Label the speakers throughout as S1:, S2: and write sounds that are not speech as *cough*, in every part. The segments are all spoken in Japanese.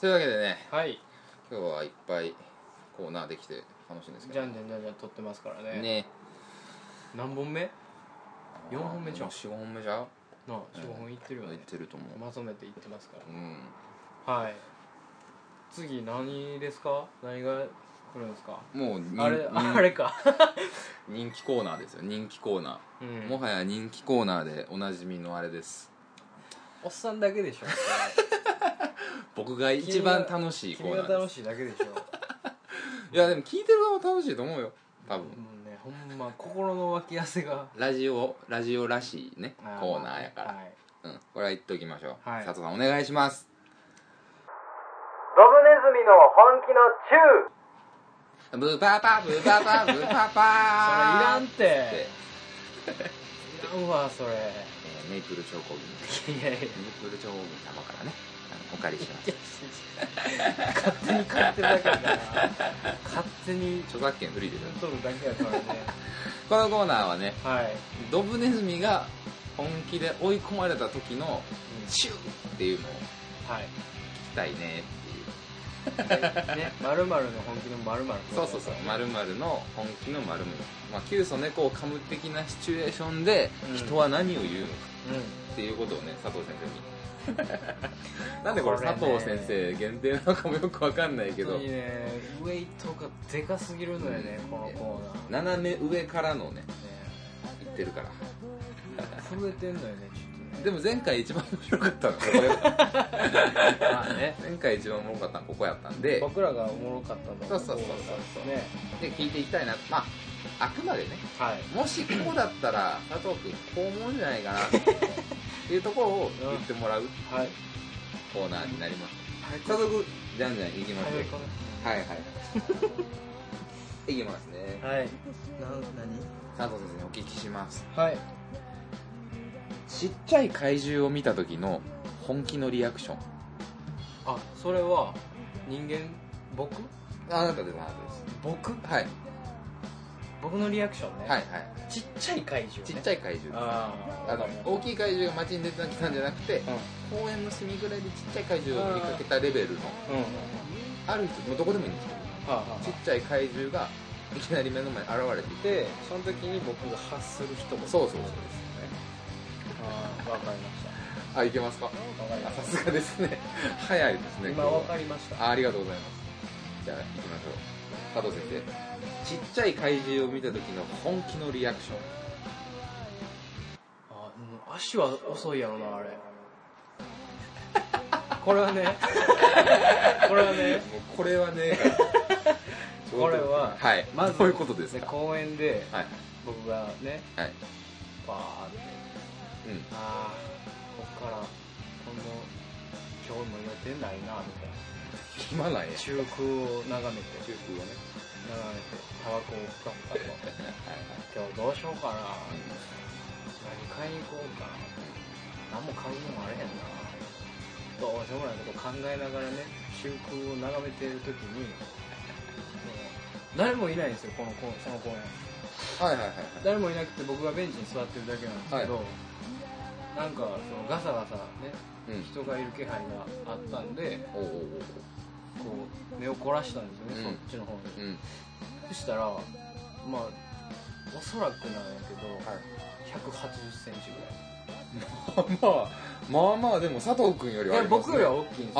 S1: というわけでね
S2: はい
S1: 今日はいっぱいコーナーできて楽しいんですけ
S2: じ
S1: ど
S2: ゃんじゃんじゃんじゃん撮ってますからね
S1: ね
S2: 何本目四本目じゃん
S1: 4本目じゃん
S2: なあ4本いってるよ
S1: 言っ
S2: ね
S1: てると思う
S2: まとめていってますか
S1: うん
S2: らはい次何ですか何が来るんですか
S1: もう人
S2: あれ
S1: 人
S2: あれか
S1: 人気コーナーですよ人気コーナ
S2: う
S1: ー、
S2: ん
S1: もはや人気コーナーでおなじみのあれです
S2: おっさんだけでしょ
S1: 僕が一番楽しいコ
S2: 君
S1: ー
S2: が
S1: ナーで
S2: 楽
S1: す
S2: しいだけでしょ
S1: いやでも聞いてる側も楽しいと思うよ多分、
S2: もうねほんま心の脇汗が
S1: ラジオラジオらしいね
S2: あ
S1: *laughs* コーナーやから、
S2: はい
S1: うん、これは言っておきましょう、
S2: はい
S1: 佐藤さんお願いします
S2: ドブネズミの本気のチュー
S1: ブパパブパパブパ
S2: それい
S1: パ
S2: らん
S1: ってて
S2: いらんわそれい
S1: えーメイプル超高銀
S2: やいや
S1: メイプル超高銀様からねあのお借りしまし
S2: 勝手に買ってるだけだから勝手に
S1: た著作権フリーでしょ
S2: 取るだけやからね
S1: このコーナーはね
S2: はい、
S1: ドブネズミが本気で追い込まれた時のチューっていうのを聞
S2: う、
S1: きたいねっていうん
S2: はいねまるまるの本気のまるまる
S1: そうそうそうまるの本気のまるまあ急須猫を噛む的なシチュエーションで
S2: うん
S1: 人は何を言うのか
S2: う
S1: っていうことをね佐藤先生
S2: *laughs*
S1: になんでこれ
S2: これね
S1: 佐藤先生限定なのかもよくわかんないけ
S2: ん本
S1: ど
S2: 当にねウェイトがでかすぎるのよね、このコーナーね
S1: 斜め上からのね言ってるから
S2: 震えてんのよねちょっとね
S1: でも前回一番面白かったのはここよ
S2: *laughs* まあね
S1: 前回一番面白かったのはここやったんで
S2: 僕らがおもろかったのは
S1: そうそうそうそう
S2: こね
S1: で聞いていきたいなまああくまでね
S2: はい
S1: もしこうだったら佐藤君こう思うんじゃないか
S2: *laughs*
S1: なっていうところを言ってもらう
S2: はい
S1: コーナーになります
S2: はい
S1: 早速じゃんじゃん行きましょう
S2: はいこの
S1: はいはいいきますね
S2: はい
S1: 佐藤先生にお聞きします
S2: 何はい
S1: ちっちゃい怪獣を見た時の本気のリアクション
S2: あそれは人間僕
S1: あなたですあなたです
S2: 僕
S1: はい
S2: 僕のリアクションね、
S1: はいはい
S2: ちっちゃい怪獣、ね、
S1: ちっちゃい怪獣
S2: あー
S1: あの大きい怪獣が街に出てきたんじゃなくて
S2: うん
S1: 公園の隅ぐらいでちっちゃい怪獣を見かけたレベルの
S2: うんは
S1: ある人もうどこでもいいんですよ
S2: あは
S1: ちっちゃい怪獣がいきなり目の前に現れてき
S2: あ
S1: て
S2: でその時に僕が発する人も
S1: そうそうそう
S2: ですねああわかりまし
S1: あいけますか
S2: たわかり
S1: あ
S2: ま
S1: さ
S2: し
S1: すがですね早いです
S2: た
S1: ね
S2: 今
S1: 今日は
S2: わかりました
S1: あありがとうございますじゃあ行きましょう佐藤先生ちっちゃい怪獣を見た時の本気のリアクション
S2: あうん足は遅いやろなあ *laughs* れこれはねこれは
S1: も
S2: ね
S1: うこれは *laughs* ね
S2: これは
S1: はい
S2: まず
S1: どういうことです
S2: で
S1: か
S2: 公園で
S1: はい
S2: 僕がね
S1: はい
S2: バーって
S1: うん
S2: ああこっからこの今日の予定ないなみたいな
S1: 暇なんや中
S2: 中空を眺めて
S1: 空はね
S2: なのでタバコをふかふか
S1: は
S2: と
S1: いはい
S2: 今日どうしようかな何買いに行こうかな何も買うのもあれへんなどうしようもないこと考えながらね中空を眺めてる時にもう誰もいないんですよこの公その公園
S1: はいはいはい
S2: 誰もいなくて僕がベンチに座ってるだけなんですけど、なんかそのガサガサね
S1: うん
S2: 人がいる気配があったんで
S1: おうおうおう
S2: こう目を凝らしたんですよね、
S1: うん
S2: そっちの方に、
S1: おううん
S2: そしたらまあおそらくなんやけど、
S1: はい
S2: 1 8 0ンチ
S1: まあまあまあでも佐藤君より
S2: ぐ
S1: はあり
S2: らいいや
S1: ます
S2: 僕よりは
S1: ね
S2: 大きいんです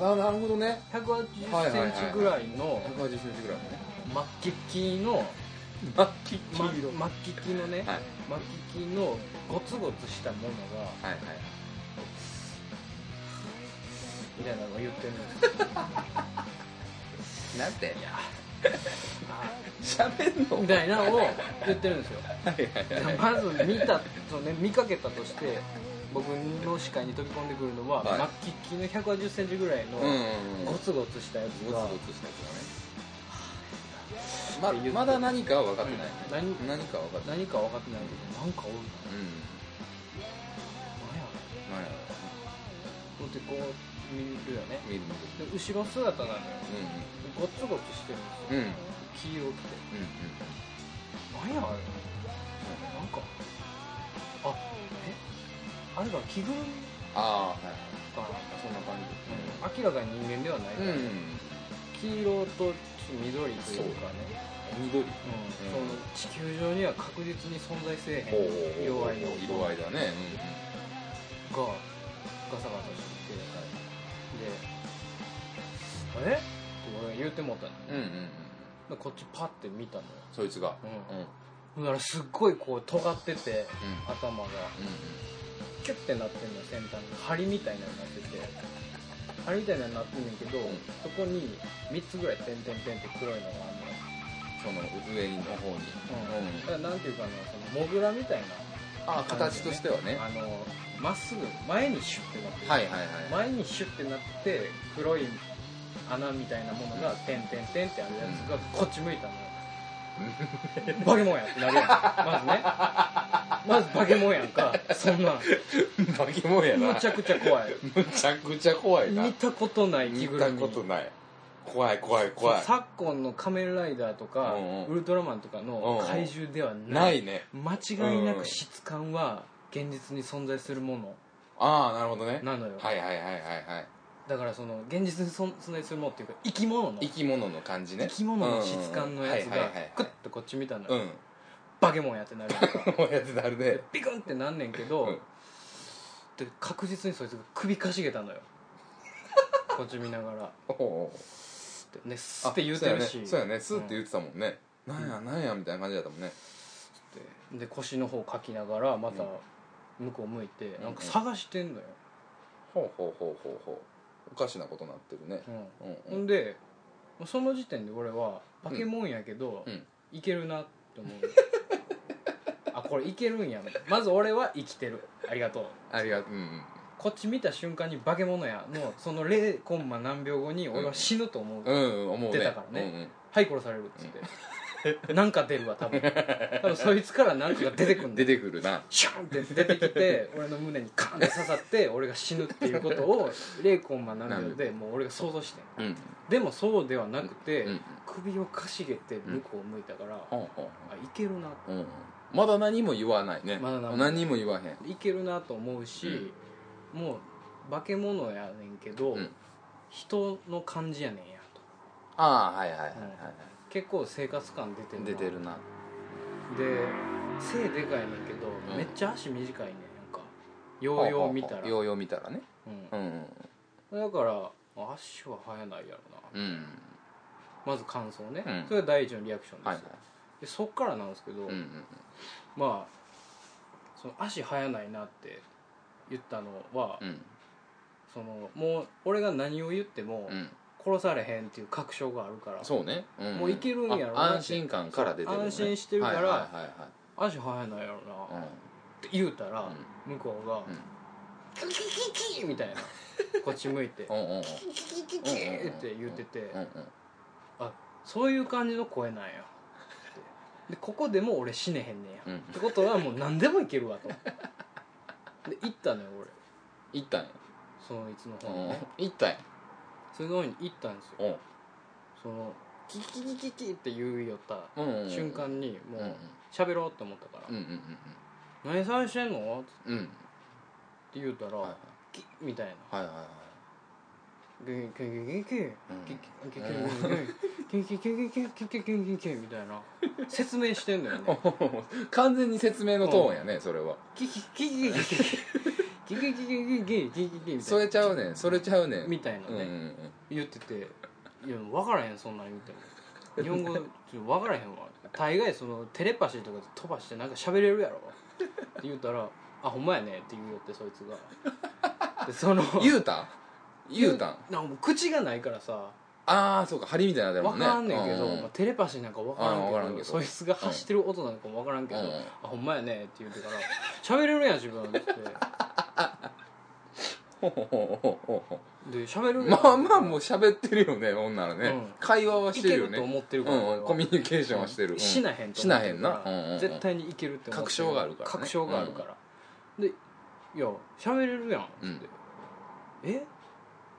S2: よ
S1: あなるほどね
S2: 1 8 0ンチぐらいの
S1: 1 8 0ンチぐらい *laughs* のね
S2: 末期期の
S1: 真っ黄
S2: ま末期期のね、
S1: はいはい
S2: 末期期のゴツゴツしたものが
S1: はい
S2: みたいなのを言ってるんですよ
S1: なんて
S2: いやあ
S1: 喋んの
S2: みたいなのを言ってるんです
S1: *laughs*
S2: よ
S1: はいはいはい
S2: まず見たとね見かけたとして僕の視界に飛び込んでくるのは、
S1: はい
S2: 末期期の1 8 0ンチぐらいの
S1: うんうんうん
S2: ゴツゴツしたやつ
S1: ゴツ
S2: が、
S1: ゴツしたやつだねままだ何かは分かってない
S2: うん
S1: 何かは分かってない
S2: 何か分かってないけどなんかおるな
S1: うん
S2: 何や
S1: まあ
S2: ろってこう見るよね
S1: 見る
S2: で後ろ姿なのよ
S1: う
S2: ゴツゴツしてるんですよ
S1: んうんうんうん
S2: 黄色くて何やあれなんかあえあれが着ぐるみ
S1: ああはい
S2: かな
S1: そんな感
S2: うん明らかに人間ではないか
S1: う
S2: ら、
S1: ん
S2: 黄色と緑というかね
S1: 緑
S2: うんその地球上には確実に存在せえへん
S1: ほう
S2: 色合いを
S1: 色合いだね
S2: がガサガサしてて、で「あれ?」って俺が言うてもったの
S1: うんうんうんうん
S2: でこっちパッて見たのよ、
S1: そいつが
S2: うん
S1: うんうん
S2: ほんならすっごいこう尖ってて頭が
S1: う
S2: キュッてなってんのよ先端が針みたいなのになってて針みたいなのになってんねんけど、
S1: うん
S2: そこに3つぐらい点々点って黒いのがあんのよ
S1: んうんその上の方に
S2: うん
S1: うん
S2: だからなんていうかなそのモグラみたいな
S1: あ形としてはね
S2: あのまっすぐ前にシュッてなってる
S1: はいはいはい
S2: 前にシュッてなって黒い穴みたいなものが点点点ってあるやつがこっち向いたのよバケモンやってなるやんまずねまずバケモンやんかそんなん
S1: *laughs* 化け物やな
S2: むちゃくちゃ怖い
S1: むちゃくちゃ怖いな
S2: 見たことない着
S1: 見
S2: ぐる
S1: た
S2: み
S1: ことない怖い怖い怖い
S2: 昨今の仮面ライダーとか、
S1: うんうん
S2: ウルトラマンとか
S1: うん
S2: の
S1: うん
S2: 怪獣では
S1: な
S2: ないい
S1: ね
S2: 間違いな
S1: うん
S2: く質感は現実に存在するもの
S1: ああなるほどね
S2: なのよ、
S1: はいはいはいはいはい
S2: だからその現実に存在するものっていうか生き物の
S1: 生き物の感じね
S2: 生き物の質感のや
S1: うん
S2: つ
S1: うん
S2: が
S1: はいはいはい
S2: クッとこっち見たのよ、
S1: うん
S2: バケモンやってなるやん
S1: *laughs*
S2: か
S1: こうやってなるね
S2: ビクンってなんねんけど、
S1: うん
S2: で確実にそいつが首かしげたの
S1: *laughs*
S2: よこっち見ながら
S1: おお
S2: でねスって言うてるし
S1: そうやねスって言ってたもんねなんやなんやみたいな感じだったもんね
S2: で腰の方かきながらまた向こう向いて
S1: うん
S2: なんか探してんのよ、
S1: ほうほうほうほうほうおかしなことなってるね
S2: う
S1: うん
S2: ん、ほ
S1: うん
S2: んでその時点で俺はバケモンやけど、
S1: うん
S2: いけるなって思うあこれいけるんやみたいなまず俺は生きてるありがとう
S1: ありがとううんうん
S2: こっち見た瞬間に化け物や
S1: *laughs*
S2: のその0コンマ何秒後に俺は死ぬと思う、
S1: うんうん思うね
S2: 出たからね
S1: うんうん
S2: はい殺されるっつって、なんか出るわ
S1: *laughs*
S2: 多分多分そいつからなんかが出てくん
S1: 出
S2: で
S1: てくるな
S2: シャンって出てきて *laughs* 俺の胸にカンって刺さって俺が死ぬっていうこと
S1: *laughs*
S2: を0コンマ何秒でもう俺が想像してん
S1: うん
S2: でもそうではなくて、
S1: うん
S2: 首をかしげて向こうを向いたから、あ
S1: ほうほ
S2: いけるな
S1: ううんまだ何も言わないね
S2: まだ何も
S1: 何も言わへん
S2: いけるなと思うし、もう化け物やねんけど、
S1: うん
S2: 人の感じやねんやと
S1: ああはいはいはい
S2: うん
S1: は
S2: 結構生活感出てる
S1: い
S2: な
S1: 出てるな
S2: で背でかいねんけど、
S1: うん
S2: めっちゃ足短いねんなんかようよう見たら、
S1: ようよう見たらね
S2: う
S1: うん
S2: ん、だから足は生えないやろな
S1: うんうん
S2: まず感想ね、
S1: うん
S2: それが第一のリアクションです、
S1: はいはい
S2: でそっからなんですけど、
S1: うんうん
S2: まあその足生えないなって言ったのは、
S1: うん
S2: そのもう俺が何を言っても
S1: うん
S2: 殺されへんっていう確証があるから、
S1: そうねんん
S2: もういけるんやろな
S1: あ
S2: って
S1: 安心感から出てるね
S2: 安心してるから
S1: はいは
S2: 足生えない
S1: いはい
S2: やろな
S1: は
S2: っ
S1: い
S2: て言うたら、向こうが
S1: ん
S2: 「キキキキキ」み
S1: *laughs*
S2: たいなこっち向いて
S1: うん
S2: 「
S1: うんうん
S2: キキキキキ」って言ってて
S1: うんうん
S2: そういう感じの声なんやでここでも俺死ねへんねんや、
S1: うん
S2: ってことはもう何でもいけるわとで行ったのよ俺
S1: 行ったんや
S2: そのいつの方にね
S1: うん行ったんや
S2: その方に行ったんですよ
S1: うん
S2: その「キキキキキ」って言うよった
S1: うんうんうん
S2: 瞬間にも
S1: うんうん
S2: う喋ろうって思ったから
S1: うんうん
S2: 「何さしてんの?」
S1: うんうん
S2: って言うたら「
S1: はい
S2: キみたいな
S1: はいはいはいうん
S2: 「キンキンキンキンキンキンキンキンキンキンキンキンキンキンキンキン」みたいな説明してんのよ
S1: お
S2: ね
S1: ほほほ完全に説明のトーンやねそれは
S2: 「キキキキキキキキキキキキキキキキ」みた
S1: そ
S2: い
S1: れちゃうねんそれちゃうね
S2: なんみたいな
S1: うんうんう
S2: ね
S1: ん
S2: 言ってて「いや分からへんそんなん」みたいな。日本語ちょっと分からへんわ大概そのテレパシーとかで飛ばしてなんか喋れるやろって言うたら「あほんまやね」って言うよってそいつがでその
S1: *laughs* 言うたん言うたん
S2: なんかもう口がないからさ
S1: ああそうか針みたいなの
S2: 分
S1: ね
S2: からんねんけど、
S1: うう
S2: まあ、テレパシーなんか分からん
S1: う
S2: け
S1: ん
S2: ど
S1: わからんけど
S2: そいつが走ってる音なんかも分からんけど
S1: う
S2: 「
S1: ん
S2: あほんまやね」って言うてから「喋れるやん自分」って
S1: ほほほほほほ
S2: で喋るやん
S1: *laughs* まあまあもう喋ってるよねほんならね、
S2: うん
S1: 会話はし
S2: い
S1: て
S2: け
S1: るよ
S2: る
S1: ね
S2: と思ってるから、
S1: うんうん、コミュニケーションはしてる、うん
S2: しなへんと思っ
S1: しな
S2: てるから
S1: へんなうんうんうん
S2: 絶対にいけるって思ってる
S1: 確証があるからね
S2: 確証があるから、で「いや喋れるやん」って、
S1: うん
S2: え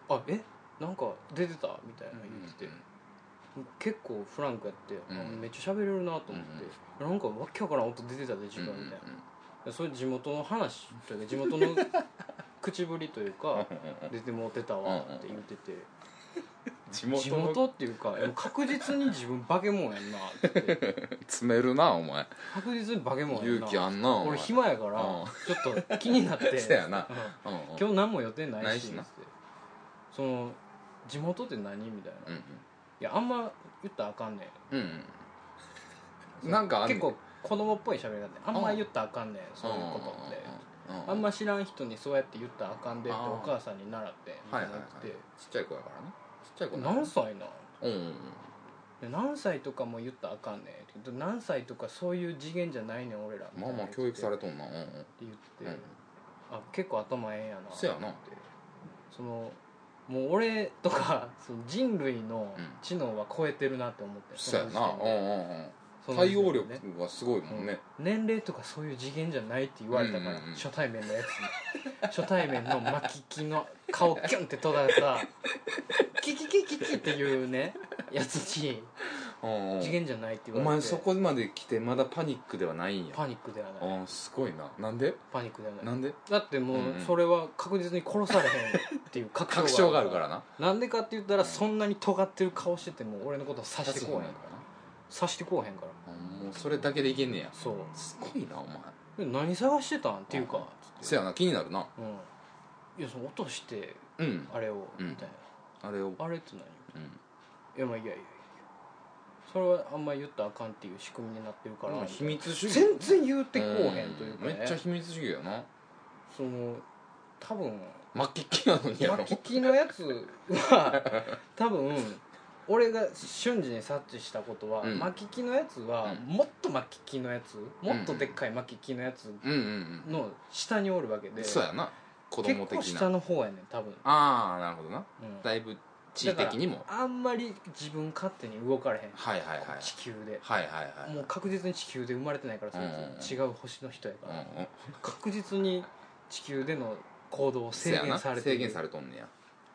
S2: あえなんか出てた?」みたいな言ってて、結構フランクやって、あ
S1: うん
S2: めっちゃ喋れるなと思って、なんかわけわからん音出てたで自
S1: うん
S2: 分
S1: うん *laughs*
S2: みたいな、それ地元の話というか地元の口ぶりというか
S1: うん
S2: 出てもうてたわって言ってて
S1: 地元
S2: 地
S1: の
S2: 元っていうかいや確実に自分化け物やんなって言
S1: *laughs*
S2: って
S1: 詰めるなお前
S2: 確実に化け物やん
S1: 勇
S2: な
S1: 気あんなお前
S2: 俺暇やから
S1: うん
S2: ちょっと気になっ
S1: *laughs*
S2: て
S1: せやな
S2: うん
S1: うんうん
S2: 今日何も予定な
S1: ないい
S2: し
S1: しな
S2: つってその地元って何みたいな
S1: う
S2: い
S1: ん
S2: やあんま言ったらあかんねん
S1: うんうんうんなんかあんねん
S2: 結構子供っぽい喋り方であんま言ったらあかんねんそういうことって
S1: うんうんうんうん
S2: あんま知らん人にそうやって言ったらあかんでって
S1: あー
S2: お母さんに習って
S1: はいはいはい
S2: 言って
S1: ちっちゃい子やからねちっちゃい子な
S2: 何歳なん
S1: うんうんうん
S2: で何歳とかも言ったらあかんねんって言うと何歳とかそういう次元じゃないねん俺らみた
S1: ま
S2: い
S1: あ
S2: な
S1: まあ教育されとんなうんうん
S2: 言って
S1: う
S2: 言って
S1: ん
S2: あ結構頭ええんやな
S1: せやな
S2: そのもう俺とか *laughs* その人類の知能は超えてるなって思って
S1: せやなうんうんうん
S2: その時
S1: 対
S2: 点で
S1: 応力がすごいもんね
S2: 年齢とかそういう次元じゃないって言われたから、
S1: うんうんうん
S2: 初対面のやつに *laughs* 初対面の巻き木の顔キュンって閉ざさ *laughs* キキキキキっていうねやつに
S1: うんうん
S2: 次元じゃないって言
S1: お
S2: われ
S1: 前
S2: て
S1: そこまで来てまだパニックではないんや
S2: パニックではない
S1: あすごいななんで
S2: パニックではな
S1: ないんで
S2: だってもう
S1: うんうん
S2: それは確実に殺されへんっていう確
S1: 確
S2: 証
S1: 証
S2: が
S1: が
S2: あ
S1: あ
S2: る
S1: る
S2: か
S1: かららな
S2: なんでかって言ったらそんなに尖ってる顔してても俺のこと刺してこうへん刺してこうへんから
S1: らなもうそれだけでいけんねや
S2: そう
S1: すごいなお前
S2: で何探してたんっていうか
S1: せ
S2: や
S1: やな気になるな
S2: うんいやその落として
S1: うん
S2: あれを
S1: うん
S2: みたいな
S1: あれを
S2: あれって何
S1: うん
S2: いやまあいやいやいやそれはあんま言ったらあかんっていう仕組みになってるから
S1: まあ秘密主義
S2: 全然言うてこうへんというかね
S1: んめっちゃ秘密主義やな
S2: その多分
S1: 末期期なのにやろ
S2: 巻きのやつは
S1: *laughs*
S2: 多分俺が瞬時に察知したことは、
S1: うん
S2: 巻き木のやつは、
S1: うん
S2: もっと巻き木のやつ
S1: んう
S2: も
S1: ん
S2: っとでっかい巻き木のやつ
S1: うんうん
S2: の下におるわけ
S1: う
S2: で、
S1: んそうやな子
S2: 結
S1: 供
S2: 構
S1: 的
S2: 下
S1: な
S2: の方やねん多分、
S1: ああなるほどな
S2: うん
S1: だいぶ地位的にも
S2: だからあんまり自分勝手に動かれへん、
S1: はいはいはいはい
S2: 地球で
S1: はいはい
S2: もう確実に地球で生まれてないからそいつ違う星の人やか
S1: うん
S2: ら、
S1: うん
S2: 確実に地球での行動を
S1: せ
S2: 制
S1: や
S2: 限
S1: な
S2: されて
S1: 制
S2: る
S1: 限さ
S2: っ
S1: れとんねや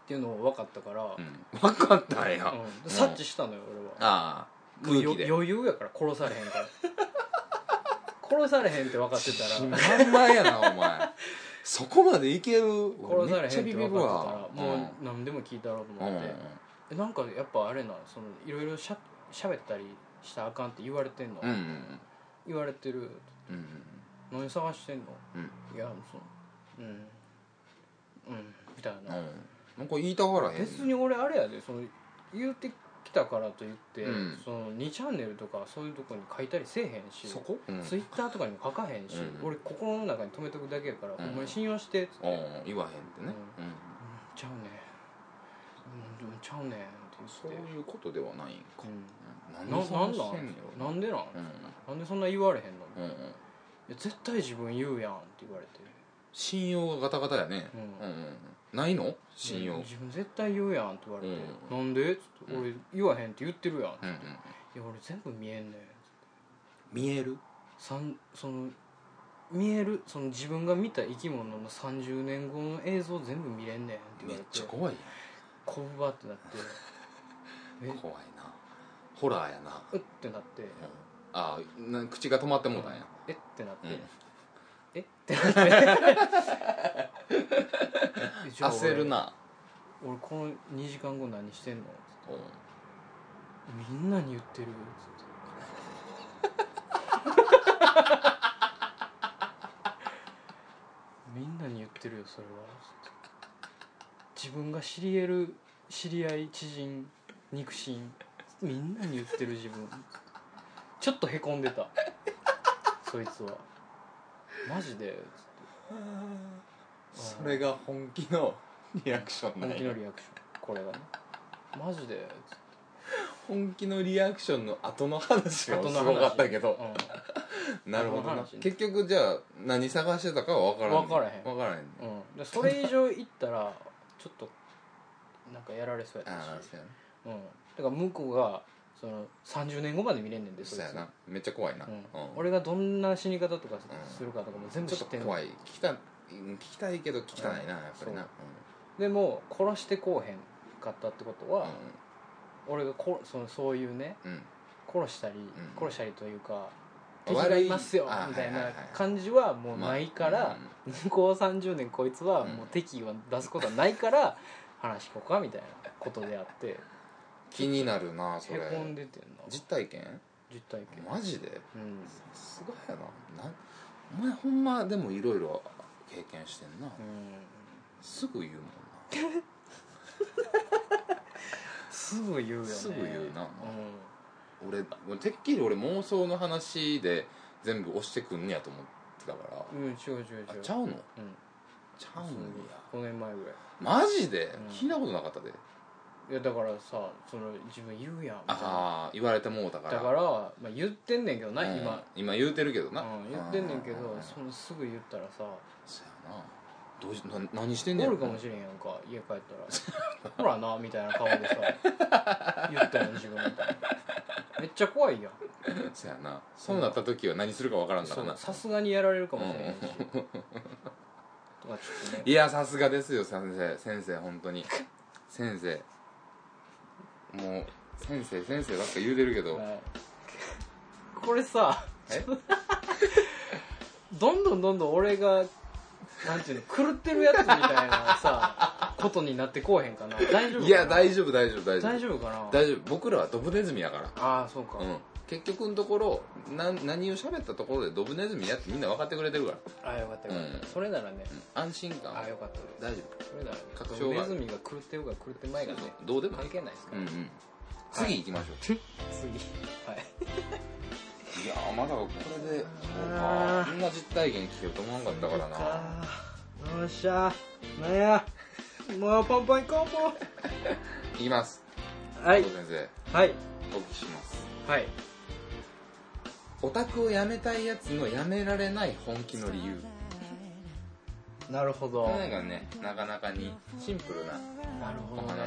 S2: ていうのを分かったから、
S1: うん分かったんや
S2: うん
S1: うん
S2: 察知したのよ俺は
S1: ああ空気で
S2: よ余裕やから殺されへんから
S1: *laughs*
S2: 殺されへんって分かってたら
S1: 自信満々やなお
S2: *laughs*
S1: 前そこまでいける
S2: 殺されへん
S1: め
S2: っ
S1: っちゃ
S2: て
S1: ビビ
S2: 分
S1: る
S2: か
S1: わ
S2: ってたらもう何でも聞いたろうと
S1: うんうん
S2: 思って、えなんかやっぱあれなそのいろいろしゃ喋ったりしたらあかんって言われてんの、
S1: うんうん
S2: 言われてる
S1: うん
S2: 何探してんの、
S1: う
S2: いやそのうんうんみたい
S1: うん
S2: な、
S1: なんか言いたがらへん
S2: 別に俺あれやでその言うてきたからといって、
S1: うん
S2: その2チャンネルとかそういうとこに書いたりせえへんし
S1: そこうん
S2: ツイッターとかにも書かへんし、
S1: うん
S2: 俺心の中に留めとくだけやから、
S1: ん
S2: ほんまに信用してっつって、
S1: う
S2: うん
S1: ん言わへんってねうん
S2: ちゃうねんうんちゃうねんって
S1: そう
S2: 言って
S1: いうことではないんか
S2: うんな
S1: そ
S2: なん
S1: ん
S2: な
S1: してんねや
S2: ん
S1: ろ
S2: なんでなん、
S1: う
S2: なんでそんな言われへんの、い
S1: んうんうん
S2: や絶対自分言うやんって言われて
S1: 信用がガタガタやね
S2: う
S1: うんんうんうんないの信用
S2: うん自分絶対言うやんって言われて「
S1: う
S2: なんで?」っつって、
S1: うん
S2: 俺言わへんって言ってるやん」
S1: うんうん
S2: いや俺全部見えんねん」
S1: 見える
S2: さんその見えるその自分が見た生き物の30年後の映像全部見れんねんって言
S1: め
S2: わ
S1: っ
S2: れて
S1: ちゃ怖い
S2: こぶばってなって
S1: や
S2: え
S1: ん怖いなホラーやな
S2: うってなって
S1: うんああな口が止まってもうたんや
S2: えってなって、
S1: うん
S2: えってなってえじゃあ
S1: *laughs*
S2: 俺
S1: 焦るな
S2: 俺この2時間後何してんの
S1: うん
S2: みんなに言ってるよ *laughs* つってみんなに言ってるよそれはつって自分が知り得る知り合い知人肉親みんなに言ってる自分ちょっとへこんでたそいつはマジで
S1: それが本気のリアクション
S2: 本
S1: なん
S2: 気の
S1: や
S2: リアクションこれがねマジで
S1: 本気のリアクションの後の話が
S2: 後
S1: す
S2: の話
S1: ごかったけど
S2: う
S1: なるほ
S2: 後
S1: ど
S2: の
S1: な
S2: 話
S1: 結局じゃあ何探してたかは分からん
S2: 分からへん
S1: 分からへんね
S2: ん、うん、でそれ以上行ったらちょっとなんかやられそうやった
S1: ああ
S2: し
S1: そうやな
S2: うん、だから向こうがその30年後まで見れんねんで
S1: そ
S2: そうい
S1: や
S2: つ
S1: なめっちゃ怖いな
S2: う
S1: うんん
S2: 俺がどんな死に方とか
S1: ん
S2: するかとかも全部
S1: ち
S2: 知
S1: ょ
S2: っ
S1: ってと
S2: んの
S1: 怖い聞きたうん聞きたいけど聞きたないなやっぱりな
S2: そうでも殺してこうへんかったってことは、
S1: ん
S2: 俺がこそのそういうね
S1: うんうん
S2: 殺したり、
S1: ん
S2: 殺したりというか敵がいますよみたいな感じはもう
S1: まあ
S2: ないから、向こう30年こいつはもう敵は出すことはないから話聞こうかみたいなことであって
S1: 気になるなそ
S2: へ
S1: れ
S2: こんでてんな
S1: 実体験
S2: 実体験
S1: マジで
S2: うん
S1: すごいやななお前ほんまでもいろいろ経験してんな、
S2: うん
S1: すぐ言うもん
S2: すぐ言うよね
S1: すぐ言うな
S2: う
S1: な俺俺てっきり俺妄想の話で全部押してくんねやと思ってたから
S2: ん、うん、違う違う違う
S1: あちゃうの
S2: うん
S1: ちゃうんや
S2: 5年前ぐらい
S1: マジで、
S2: うん
S1: 聞いたことなかったで
S2: いやだからさその自分言うやんみたいな
S1: ああ言われてもうたから
S2: だから、まあ、言ってんねんけどな、
S1: うん
S2: 今、
S1: 今言うてるけど
S2: う
S1: な、
S2: ん、言ってんねんけど
S1: ううう
S2: そのすぐ言ったらさ
S1: そやなどうしな何してんねん
S2: おるかもしれんやんか家帰ったら *laughs* ほらなみたいな顔でさ言ったの自分みたいなめっちゃ怖いやん
S1: そやなそうなった時は何するかわからんか
S2: そ
S1: らな
S2: うさすがにやられるかもしれんし、とかちょっとね
S1: いやさすがですよ先生先生本当に先生もう先生先生ばっか言うてるけど
S2: はいこれさ
S1: え
S2: どんどんどんどん俺がなんていうの狂ってるやつみたいなさことになってこうへんかな大丈夫かない
S1: や大丈夫大丈夫大丈夫
S2: 大丈夫かな
S1: 大丈夫僕らはドブネズミやから
S2: ああそうか、
S1: うん結局のところな何を喋ったところでドブネズミやってみんな分かってくれてるから、
S2: ああよかったよかった、
S1: うん
S2: それならね
S1: うん安心感
S2: ああよかったです
S1: 大丈
S2: それならね
S1: 確
S2: そ
S1: 証
S2: の
S1: が
S2: ネ
S1: ある
S2: ズミが狂ってようが狂ってまいがね
S1: 夫どうでもいい
S2: 関係ないですか
S1: う
S2: ら、
S1: んう
S2: 次
S1: ん次行きましょう、
S2: はい
S1: い、やーまさかこれでそう
S2: あ
S1: か
S2: ー
S1: こんな実体験聞けると思わんかったからな
S2: なよっしゃなんやもうポンポン行こ
S1: い
S2: う
S1: きます
S2: もうはい
S1: 佐藤先
S2: はい
S1: 生お聞きします
S2: *laughs* はい
S1: オタクをやめたいやつのやめられない本気の理由
S2: なるほど、
S1: これがねなかなかにシンプルな
S2: なるほど
S1: お話
S2: ね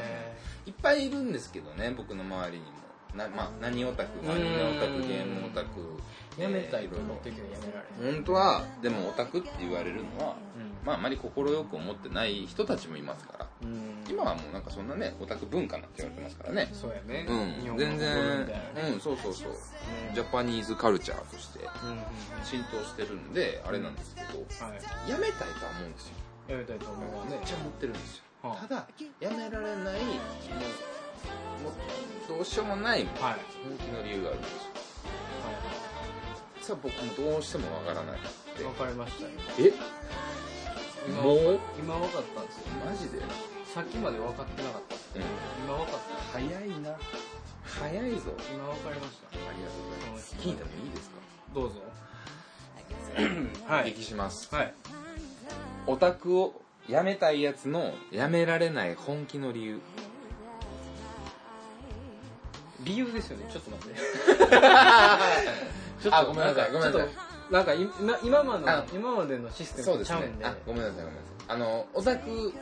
S1: いっぱいいるんですけどね僕の周りにもな、まあ、何オタク
S2: うん
S1: アニメオタクゲームオタク
S2: やめたい
S1: えー
S2: と思ってるけどやめられない、
S1: ろいろ本当はでもオタクって言われるのは、
S2: うん
S1: まあ、あまり快く思ってない人たちもいますから
S2: うん
S1: 今はもうなんかそんなねオタク文化なんて言われてますからね
S2: そうやね、日
S1: うん
S2: 本語
S1: 全
S2: の部
S1: 然
S2: 分みたいなね
S1: うんそうそうそう
S2: うん
S1: ジャパニーズカルチャーとして
S2: うんうんうん
S1: 浸透してるんであれなんですけど
S2: は
S1: やめたいとは思うんですよ
S2: いやめたいと思うわ
S1: めっ
S2: ね
S1: ちゃ持ってるんですよ
S2: は
S1: ただやめられないもうもうどうしようもない
S2: いはい
S1: 本気の理由があるんですよ
S2: は
S1: さあ僕もどうしてもわからない
S2: いわかりましたよ
S1: え
S2: 今
S1: もう
S2: 今わかったんですよ
S1: マジで、う
S2: さっきまで分かってなかった
S1: ん、
S2: 今わかった
S1: 早いな早いぞ
S2: 今わかりました
S1: ありがとうございます聞いてもいいですか
S2: どうぞは
S1: お
S2: い
S1: 聞きします
S2: はい
S1: オタクをやめたいやつのやめられない本気の理
S2: *laughs*
S1: 由
S2: 理由ですよねちょっと待ってち
S1: あごめんなさいごめんなさい
S2: ちょっとなんか今今まで
S1: あ
S2: の今までのシステム
S1: そう
S2: と
S1: で
S2: ち
S1: す
S2: ゃう
S1: ね
S2: んで
S1: あごめんなさいごめんなさいあのオタク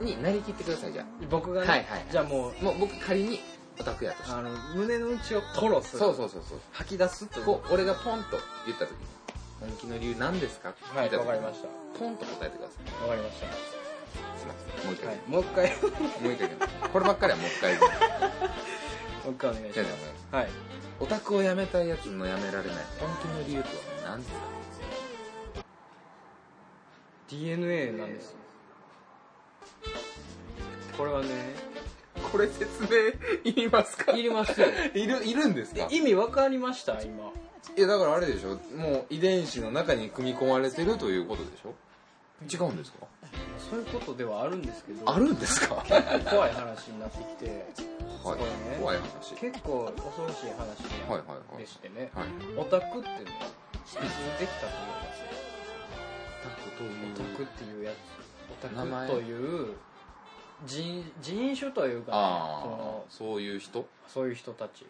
S1: になりきってくださいじゃ
S2: うん僕がね、
S1: はいはい
S2: じゃあもう
S1: あもう僕仮にオタクやとして
S2: あの胸の内を吐露する
S1: そうそうそうそう
S2: 吐き出すという
S1: こう俺がポンと言った時に本気の理由何ですか
S2: は
S1: み
S2: い
S1: た
S2: わ
S1: な
S2: かりました
S1: ポンと答えてください
S2: わかりまし
S1: すいませんもう一
S2: た、
S1: 回、
S2: はい、もう一回 *laughs*
S1: もう一回言いますこればっかりはもう一回言います
S2: もう一回お願いし
S1: じゃあ
S2: ま
S1: ね
S2: すは
S1: お
S2: い
S1: 前オタクをやめたいやつのやめられない本気の理由とは何ですか
S2: DNA なんですよこれはね
S1: これ説明いりますか
S2: いり
S1: *laughs*
S2: ますよ
S1: いるいるんですか
S2: 意味わかりました今
S1: いやだからあれでしょもう遺伝子の中に組み込まれてるということでしょ違うんですか
S2: そういうことではあるんですけど
S1: あるんですか *laughs* はい
S2: 怖い話になってきて
S1: 怖い
S2: ね
S1: 話
S2: 結構恐ろしい話
S1: はいはいはい
S2: でしてね、
S1: はい
S2: オタクっていうのは必ずできたと思いますオタクっていうやつオ
S1: 名
S2: タク
S1: 前
S2: という人人種というか、そ
S1: ああ
S2: の
S1: そういう人
S2: そういう人たち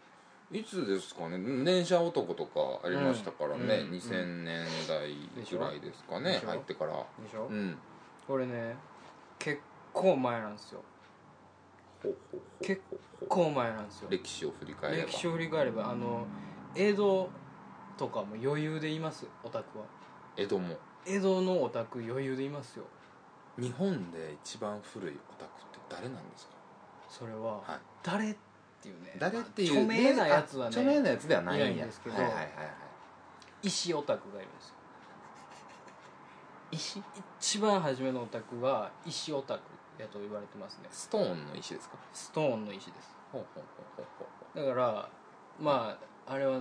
S1: いつですかね電車男とかありましたからね、
S2: うんうん
S1: 2000年代ぐらいですかね
S2: でしょ
S1: 入ってから
S2: でしょ、
S1: うん
S2: これね結構前なんですよ結構前なんですよ
S1: 歴史を振り返れば
S2: 歴史を振り返ればあの江戸とかも余裕でいますオタクは
S1: 江戸も
S2: 江戸のオタク余裕でいますよ
S1: 日本で一番古いオタクって誰なんですか
S2: それは、
S1: はい
S2: 誰っていうね
S1: 誰っていう
S2: 著名なやつはね
S1: あ著名なやつではない
S2: い
S1: ん
S2: な
S1: や
S2: いんですけど
S1: はいはいはいはい
S2: 石オタクがいるんですよ石一番初めのオタクは石オタクやと言われてますね
S1: ストーンの石ですか
S2: ストーンの石です
S1: ほうほうほうほうほうほ
S2: だからまああれは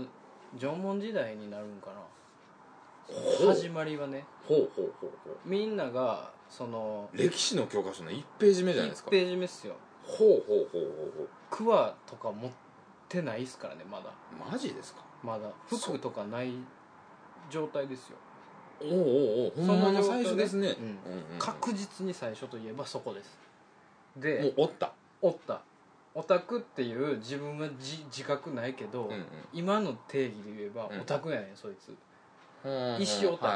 S2: 縄文時代になるんか
S1: ほ
S2: な
S1: う
S2: 始まりはね
S1: うほうほうほう
S2: みんながその
S1: 歴史の教科書の1ページ目じゃないです
S2: 1
S1: か
S2: ページ目っすよ
S1: ほうほうほうほう
S2: クワとか持ってないっすからねまだ
S1: ほうマジですか
S2: まだ
S1: そ
S2: 服
S1: う
S2: とかない状態ですよ
S1: おうおうおうほんまの最初ですね
S2: その状況
S1: うんうんうん
S2: 確実に最初といえばそこです
S1: もう
S2: で
S1: おった
S2: おったオタクっていう自分は自自覚ないけど、
S1: うんうん
S2: 今の定義で言えば
S1: うん
S2: オタクやねん、そいつ
S1: うん
S2: 石オタク
S1: はい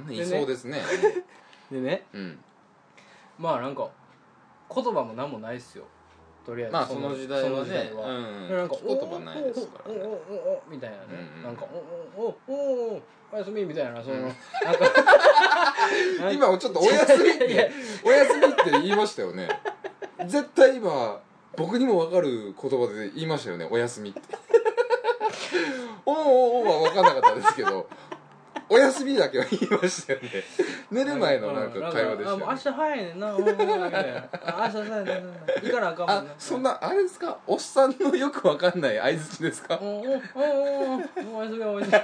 S1: はいはい
S2: でね
S1: いそうですね
S2: でね
S1: うん
S2: まあなんか言葉も何もないっすよとりあえず
S1: まあその時代はね
S2: その時代
S1: う
S2: は
S1: ん
S2: で
S1: う
S2: なんんか
S1: 口言葉ないですから
S2: おお
S1: ね
S2: おおおおみたいなね
S1: うんうん
S2: なんかおおおおおおやすみみたいなその
S1: うん
S2: なんか
S1: 今ちょっとお休みっ
S2: いや
S1: てお休みって言いましたよね絶対今僕にも分かる言葉で言いましたよねお休みっておうおうおうは分かんなかったですけどお休みだけは言いましたよね寝る前のなんか会話でした
S2: あもう
S1: よ
S2: 明
S1: ね
S2: 日早いねんなおおおみたいなあ明日早いねんな行かなあかんも
S1: あ
S2: んな
S1: そんなあれですかおっさんのよく分かんない相づちですか
S2: おおおおおおやすみおやすみ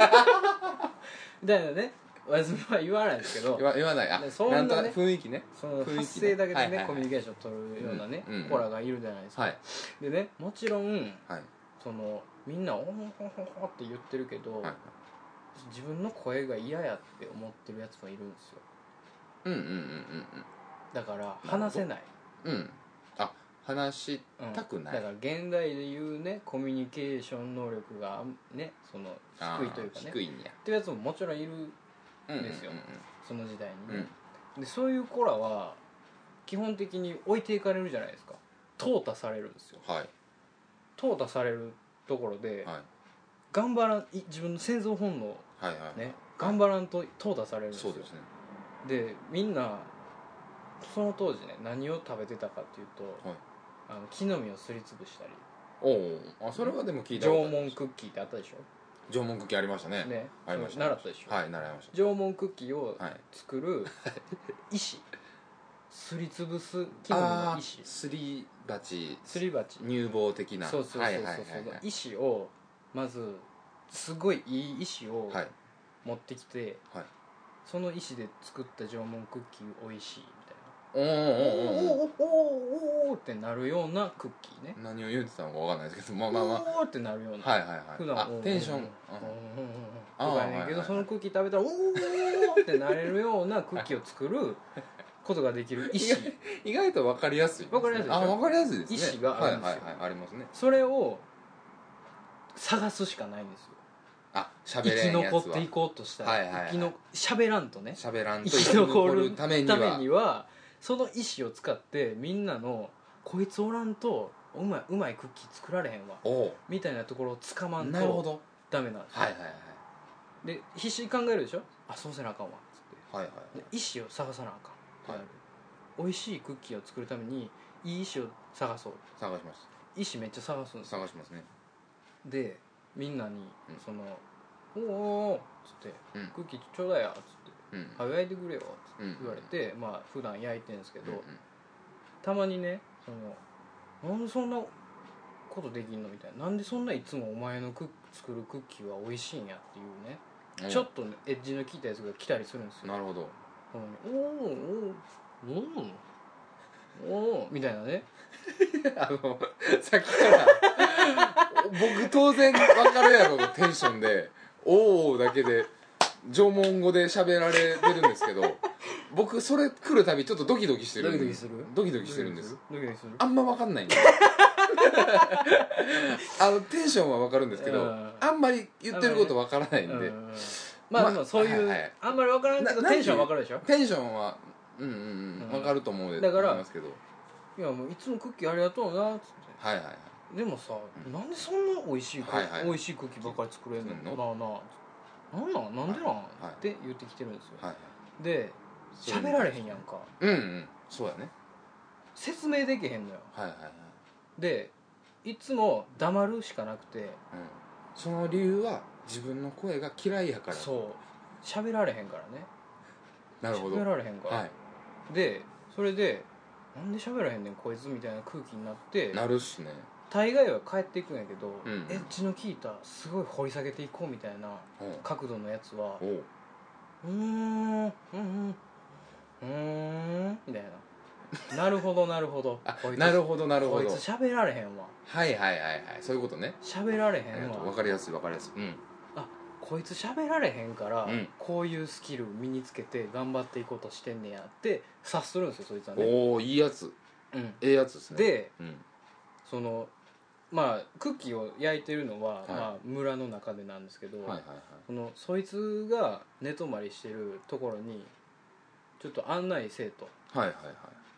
S2: みたいなねおやすみは言わないですけど
S1: 言わ言わないあ
S2: ねそんなね
S1: なんと雰囲気ね
S2: そ
S1: 雰囲
S2: の
S1: 気ね
S2: 発声だけ
S1: は
S2: で
S1: いはいは
S2: ね
S1: い
S2: コミュニケーション取るようなね
S1: うんうん
S2: 子らがいるじゃないですか
S1: はい
S2: でねもちろん
S1: はい
S2: そのみんな「おほほほほ」って言ってるけど、
S1: はい
S2: 自分の声が嫌やって思ってるやつもいるんですよ
S1: うんうんうん
S2: だから
S1: ど
S2: 話せない、
S1: うんうんうんあ話し
S2: うん
S1: たくない
S2: だから現代でいうねコミュニケーション能力があんねその
S1: あ
S2: 低い
S1: ー
S2: というかねっ
S1: 低いんや
S2: ていうやつももちろんいる
S1: うんうんうんうん
S2: ですよその時代に
S1: う
S2: ね
S1: ん、
S2: でそういう子らは基本的に置いていかれるじゃないですか淘汰されるんですよ
S1: はい
S2: 淘汰されるところで、
S1: はい
S2: 頑張らんい自分の生存本能
S1: はいはい、
S2: ね頑張らんと淘汰されるんです
S1: そ
S2: よ
S1: うですね
S2: でみんなその当時ね何を食べてたかっていうと、
S1: はい
S2: あの木の実をすりつぶしたり
S1: おおあそれはでも聞いたこ
S2: 縄
S1: とある
S2: 文クッキーってあったでし
S1: 縄文クッキーありましたね
S2: ょ、ね
S1: ありました
S2: 習ったでしょ、
S1: はい習いまし
S2: 縄文クッキーを
S1: たはい
S2: 作る石すりつぶす木の実の石
S1: ーすり鉢
S2: すり鉢
S1: 乳房的な
S2: そうそうそうそう、
S1: はいはいはいはい
S2: 石をまずすごいいい石を
S1: はい
S2: 持ってきて、
S1: はい
S2: その石で作った縄文クッキー美味しいみたいな
S1: おーおーおーお
S2: おーおーおーってなるようなクッキーね
S1: ー何を言ってたのかわかんないですけどまあ
S2: お
S1: まあま
S2: おーってなるような、
S1: あはいはいはい
S2: 普段
S1: あ
S2: おー
S1: テンション
S2: お
S1: う
S2: ー
S1: ん
S2: おーおーおーおーとかやねんけど、そのクッキー食べたらおーおーおーってなれるようなクッキーを作ることができる意思
S1: 意外とわかりやすいですね
S2: わかりやすいでしょ
S1: あわかりやすいですね
S2: 意思があるんですよ
S1: はいはいはいありますね
S2: それを探すしかないんですよ
S1: あ
S2: 生
S1: 喋れ
S2: き
S1: んやつ
S2: 残
S1: は
S2: っていこうとしたら、
S1: はいはいはい
S2: 生きの喋らんとね
S1: 喋らんと
S2: 生き残るた
S1: ため
S2: めに
S1: に
S2: は
S1: は
S2: その意思を使ってみんなのこいつおらんとうまいうまいクッキー作られへんわ
S1: お
S2: みたいなところをつかま
S1: お
S2: ん
S1: なるほ
S2: と
S1: ど
S2: ダメなんですよ、
S1: はいはいはい
S2: で必死に考えるでしょあそうせなあかんわつって
S1: はいはい
S2: で意思を探さなあかんってなる
S1: は
S2: 美味しいクッキーを作るためにいい意思を探そう
S1: 探します
S2: 意思めっちゃ探すんですよ
S1: 探しますね
S2: でみんなに
S1: うん
S2: その「おおおー」っつって
S1: うん
S2: 「クッキーちょうだいや」っつって
S1: うん
S2: 「早いてくれよ」っつって
S1: うん
S2: 言われてまあ普段焼いてるんですけ
S1: うん
S2: どたまにねそのなんでそんなことできんのみたいななんでそんないつもお前のクッ作るクッキーは美味しいんやっていうね
S1: うん
S2: ちょっとねエッジの効いたやつが来たりするんですよ
S1: なるほど
S2: なのにおーおーおーおーみたいなね
S1: あのさっきから僕当然分かるやろのテンションで「おお」だけで縄文語で喋られてるんですけど僕それ来るたびちょっとドキドキしてる
S2: ドキドキする
S1: ドキドキしてるんです
S2: ドキドキする
S1: あんま分かんないんであのテンションは分かるんですけど
S2: うん
S1: あんまり言ってること分からないんで
S2: うんまあ
S1: まあ
S2: でもそういう、
S1: はいはい
S2: あんまり分からんけど
S1: な
S2: テンション分かるでしょ
S1: テンションはうんうんう
S2: うん
S1: ん分かると思うで
S2: だから
S1: 思いますけど
S2: いやもういつもクッキーありがとうなっつっ
S1: はいはいはい
S2: てでもさ、なんでそんな美味しいクッキー、
S1: はいはい
S2: 美味しいクッキーばっかり作れるの
S1: 作ん
S2: なあなあなんなんなんでなん、
S1: はい
S2: って言ってきてるんですよ、
S1: はいはい
S2: で
S1: そういう
S2: 喋られへんやんか
S1: うんうんそうやね
S2: 説明できへんのよ
S1: はいはいはい
S2: でいつも黙るしかなくて
S1: うんその理由は自分の声が嫌いやから
S2: そう喋られへんからね
S1: なるほど
S2: 喋られへんから、
S1: は
S2: でそれでなんで喋らへんねんこいつみたいな空気になって
S1: いなるっすね
S2: 大概は帰っていくんやけど、
S1: うん
S2: エッジの効いたすごい掘り下げていこうみたいな
S1: うん
S2: 角度のやつは
S1: おう
S2: うーんうんうんうーんみたいななるほどなるほど
S1: あ
S2: こいつ
S1: なるほどなるほど
S2: こいつ喋られへんわ
S1: はいはいはいはいそういうことね
S2: 喋られへ
S1: あり
S2: ん
S1: がとうわ
S2: わ
S1: かりやすいわかりやすいうん
S2: こいつ喋られへんから、
S1: うん
S2: こういうスキル身につけて頑張っていこうとしてんねやって察するんですよそいつはね、
S1: おおいいやつ
S2: うん、
S1: ええやつですね
S2: で
S1: うん
S2: そのまあクッキーを焼いてるのは、
S1: い
S2: まあ、村の中でなんですけど、
S1: はいはいはい
S2: そのそいつが寝泊まりしてるところにちょっと案内せえと
S1: はいはいは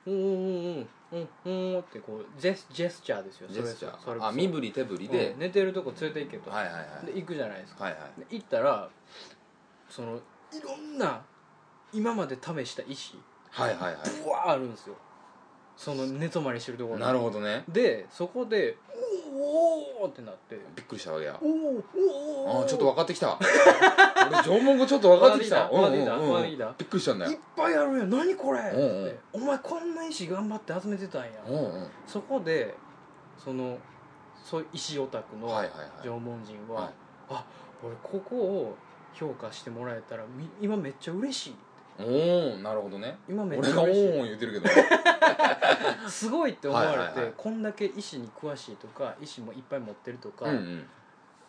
S2: 「うんうんうんうんうん」ってこうジェスジェスチャーですよ
S1: いジェスチャ
S2: それ
S1: ーあ身振り手振りで、
S2: うん寝てるとこ連れて行けと、
S1: はいはいはいはい
S2: で行くじゃないですか
S1: はい
S2: で行ったらそのいろんな今まで試した石
S1: はいはいは
S2: ブワーあるんですよその寝泊まりしてるところ
S1: い
S2: に
S1: なるほどね
S2: でそこで「おーおー!」ってなって
S1: びっくりしたわけや
S2: 「おーおー
S1: あ
S2: お
S1: ー
S2: ー
S1: ちょっと分かってきた俺縄文語ちょっと分かってきた
S2: 分かってきた
S1: うんうんうん
S2: 分かってきた
S1: びっくりしたんだ
S2: いっ
S1: よ
S2: ぱいあるやん何これ!」っ
S1: うんうん
S2: て「お前こんな石頑張って集めてたんや
S1: うんうんはい」
S2: そこでそのそういう石オタクの
S1: はい
S2: 縄
S1: は
S2: 文人
S1: い
S2: は
S1: は
S2: 「あ俺ここを評価してもらえたらみ今めっちゃ嬉しい」
S1: いおおなるほどね
S2: 今めっち
S1: 俺
S2: ゃ
S1: がお
S2: 嬉し
S1: ーん言うてるけど
S2: いすごいって思われて、
S1: はいはいはい
S2: こんだけ石に詳しいとか石もいっぱい持ってるとか、
S1: うんうん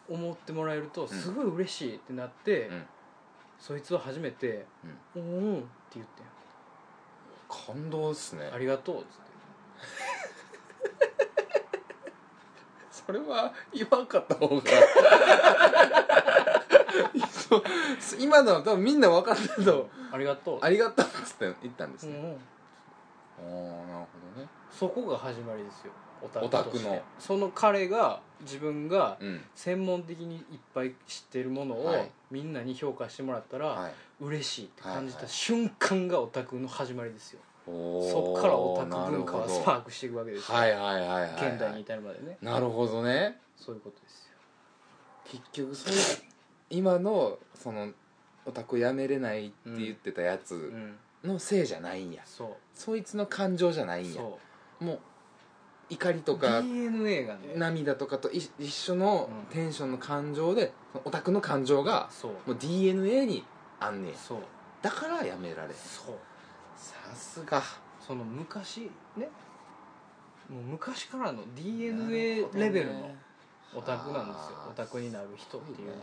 S2: 思ってもらえるとすごい嬉しいってなって、
S1: うん
S2: そいつは初めて「うん、うん」って言って
S1: 感動っすね
S2: 「ありがとう」っ *laughs* つって
S1: それは言わんかった方がそう今のは多分みんな分かってる
S2: そ
S1: と
S2: うありがとう」
S1: ありがとうっつって言ったんです
S2: うん
S1: ね、
S2: うん、
S1: おおなるほどね
S2: そこが始まりですよオタ
S1: オタクの
S2: クとしてその彼が自分が
S1: うん
S2: 専門的にいっぱい知ってるものを
S1: はい
S2: みんなに評価してもらったら
S1: はい
S2: 嬉しいって感じ
S1: はいは
S2: た
S1: い
S2: 瞬間がオタクの始まりですよ
S1: お
S2: そっからオタク文化はスパ
S1: ー
S2: ークしていくわけですよ
S1: はいはいはいはい、はい、
S2: 現代に至るまでね
S1: なるほどね
S2: そういうことですよ
S1: 結局そういう今のそのオタクやめれないって言ってたや
S2: う
S1: つ
S2: ん
S1: のせいじゃないんや、
S2: そ
S1: そいつの感情じゃな
S2: う
S1: いんや
S2: そう
S1: もう怒りとか
S2: DNA がね
S1: 涙とかと一一緒の
S2: うん
S1: テンションの感情でそのオタクの感情が
S2: そう
S1: もう DNA にあんねや
S2: そう
S1: だからやめられん
S2: そう
S1: さすが
S2: その昔ねもう昔からの DNA レベルのオタクなんですよ
S1: あー
S2: オタクになる人っていうのは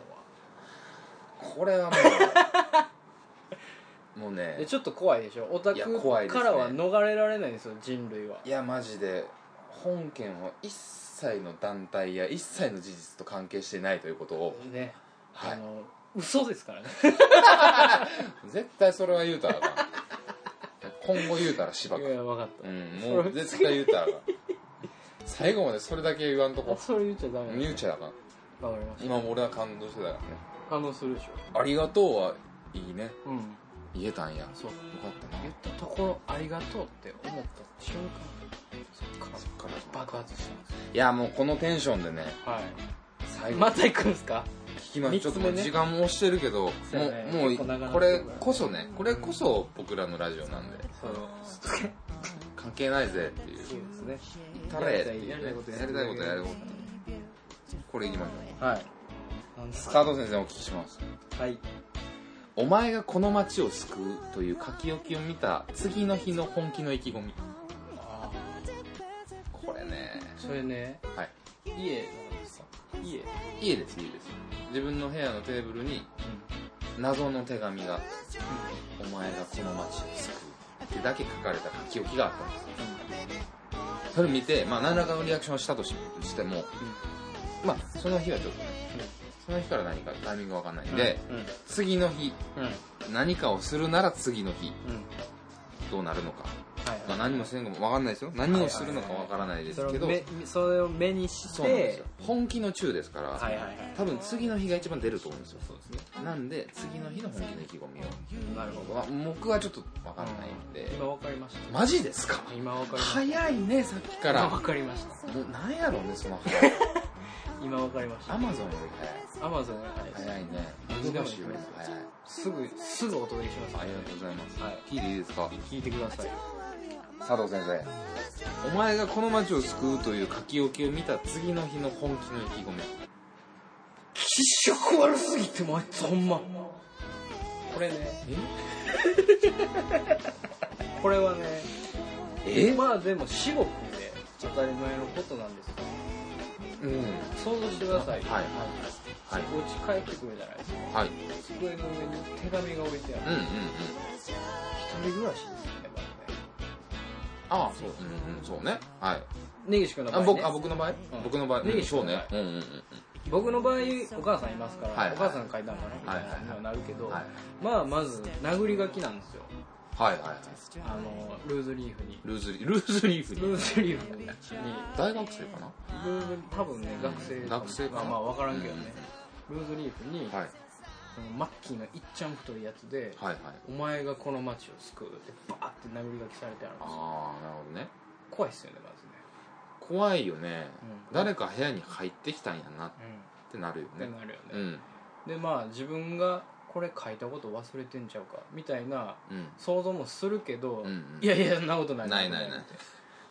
S1: これはも
S2: *laughs*
S1: うもうね
S2: でちょっと怖いでしょオタ
S1: いや怖い
S2: ク
S1: ですね
S2: からは逃れられないんですよ人類はい
S1: やマジで本件は一切の団体や一切の事実と関係してないということを、
S2: ね
S1: は
S2: あ
S1: い、
S2: の嘘ですからね
S1: 絶対それは言うたらあかん今後言うたら芝
S2: い
S1: か、
S2: や分かっ
S1: うん、もう絶対言うたらあかん最後までそれだけ言わんと
S2: たあ
S1: こ
S2: それ言っちゃダメ
S1: 言うちゃあかん
S2: 分かりまし
S1: 今も俺は感動してたからね
S2: た反応するでし
S1: 「ありがとう」はいいね
S2: ょうん
S1: 言えたんやよか
S2: そう
S1: ったな
S2: 言ったところありがとうって思った瞬間そっから
S1: そっから
S2: 爆発したんですよ
S1: いやもうこのテンションでね
S2: はい
S1: 最後
S2: また行くんですか
S1: 聞きま
S2: 三
S1: ちょっ
S2: つ
S1: と
S2: 目ね
S1: もう時間も押してるけど、
S2: そうやね
S1: もう
S2: 結構長
S1: もう
S2: 々と
S1: これこそねこれこそ僕らのラジオなんで
S2: そう
S1: 関係ないぜっていう
S2: そうですね
S1: たれっていうね
S2: やりたいこと
S1: やりたいことやるこれいきましょう
S2: はいなんです
S1: ス
S2: か
S1: カート先生お聞きします
S2: はい
S1: お前がこの街を救うという書き置きを見た次の日の本気の意気込み
S2: あ
S1: これね
S2: ーそれね
S1: はい
S2: 家なんですか家
S1: 家です家です自分の部屋のテーブルに謎の手紙が「お前がこの街を救う」ってだけ書かれた書き置きがあったんですそれ見て、まあ、何らかのリアクションをしたとししても、まあ、その日はちょっとね、その日から何かタイミングが分かんないんで、
S2: うんうん
S1: 次の日、
S2: うん
S1: 何かをするなら次の日、
S2: うん
S1: どうなるのか。
S2: はい
S1: まあ、何もせんかも分かんないですよ。何をするのか分からないで
S2: そ
S1: すけ
S2: れ
S1: ど
S2: を、目それを目にして
S1: そうなんですよ。本気の中ですから、
S2: はいはいはい
S1: 多分次の日が一番出ると思うんですよ。なんで、次の日の本気の意気込みを。
S2: なるほど
S1: まあ僕はちょっと分かんないんで。
S2: 今わかりました
S1: マジですか
S2: 今わかりました
S1: 早いね、さっきか
S2: 今
S1: ら。
S2: わかりました
S1: もうなんやろうね、その早い。
S2: 今わかりました
S1: アマゾンより早い。
S2: アマゾンが早いです
S1: 早いね
S2: いつで
S1: 難
S2: も行
S1: しい
S2: き
S1: よ
S2: ま
S1: ね
S2: す
S1: 早い
S2: すぐすぐお届けします
S1: ありがとうございます、
S2: はい
S1: 聞いていいですか
S2: 聞いてください
S1: 佐藤先生お前がこの町を救うという書き置きを見た次の日の本気の意気込み
S2: 気色悪すぎてもうあいつほんまこれねこれはね
S1: え
S2: まあでも至極で当たり前のことなんですよ
S1: うん
S2: 想像してくださいよ
S1: はいはい
S2: お家帰ってくるじゃないですか
S1: はい
S2: 机の上に手紙が置いてあ
S1: う
S2: る
S1: んうんうん
S2: 一人暮らしですよねまずね
S1: ああそううんうんそうねはい
S2: 根岸君の場合、
S1: あ
S2: ね、
S1: 僕あ僕の場合僕の場合
S2: ね
S1: うんそうねうんうんうん
S2: 僕の場合お母さんいますから、
S1: はい
S2: お母さん書いたのかなみた
S1: はい
S2: いなにはなるけど、
S1: はい
S2: まあまず殴り書きなんですよ
S1: はいはいはい
S2: あのルーズリーフに
S1: ルーズリルーズリーフ
S2: ル
S1: に
S2: ーズリーフにル
S1: 大学生かな
S2: ーズ多分ね学生
S1: 学生か
S2: ま
S1: な
S2: あまあ分からんけどね、ルーズリーフに、
S1: はい
S2: そのマッキーのいっちゃん太いやつで、
S1: はいはい
S2: お前がこの町を救うってバーって殴り書きされてあるんですよ
S1: ああなるほどね
S2: 怖いっすよねまずね
S1: 怖いよね
S2: うん
S1: 誰か部屋に入ってきたんやなっ
S2: う
S1: てなるよ
S2: ん、
S1: ね
S2: ってなるよね、
S1: うん
S2: でまあ自分がこれ書いたこと忘れてんちゃうかみたいな
S1: うん
S2: 想像もするけど、
S1: うんうん
S2: いやいやそんなことない
S1: ないないない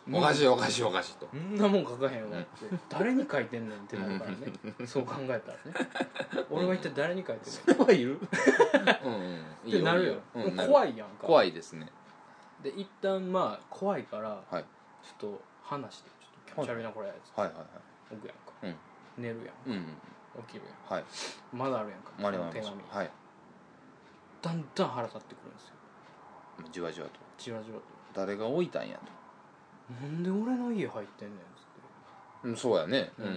S2: うん
S1: おかしいおかしいおかしいと
S2: そんなもん書かへんわって誰に書いてんねんってなるからねそう考えたらね俺は一体誰に書いてんね
S1: はいるうんうん
S2: んってなるよ
S1: いいうん
S2: もう
S1: い
S2: 怖いやんか
S1: 怖
S2: い
S1: いですね
S2: で一旦まあ怖いから、
S1: はい
S2: ちょっと話してちょっと気持ち悪いなこれやつ
S1: はいはいは
S2: 置くやんか、
S1: うん
S2: 寝るやん
S1: いうんうん
S2: 起きるや
S1: はい
S2: んまだあるやんか
S1: 丸
S2: こ
S1: 山
S2: の手紙、
S1: はい
S2: だんだん腹立ってくるんですよ
S1: じわじわと
S2: じわじわと
S1: 誰が置いたんや
S2: なんで俺の家入ってんねんっつって
S1: とうんそうやね
S2: う
S1: うんん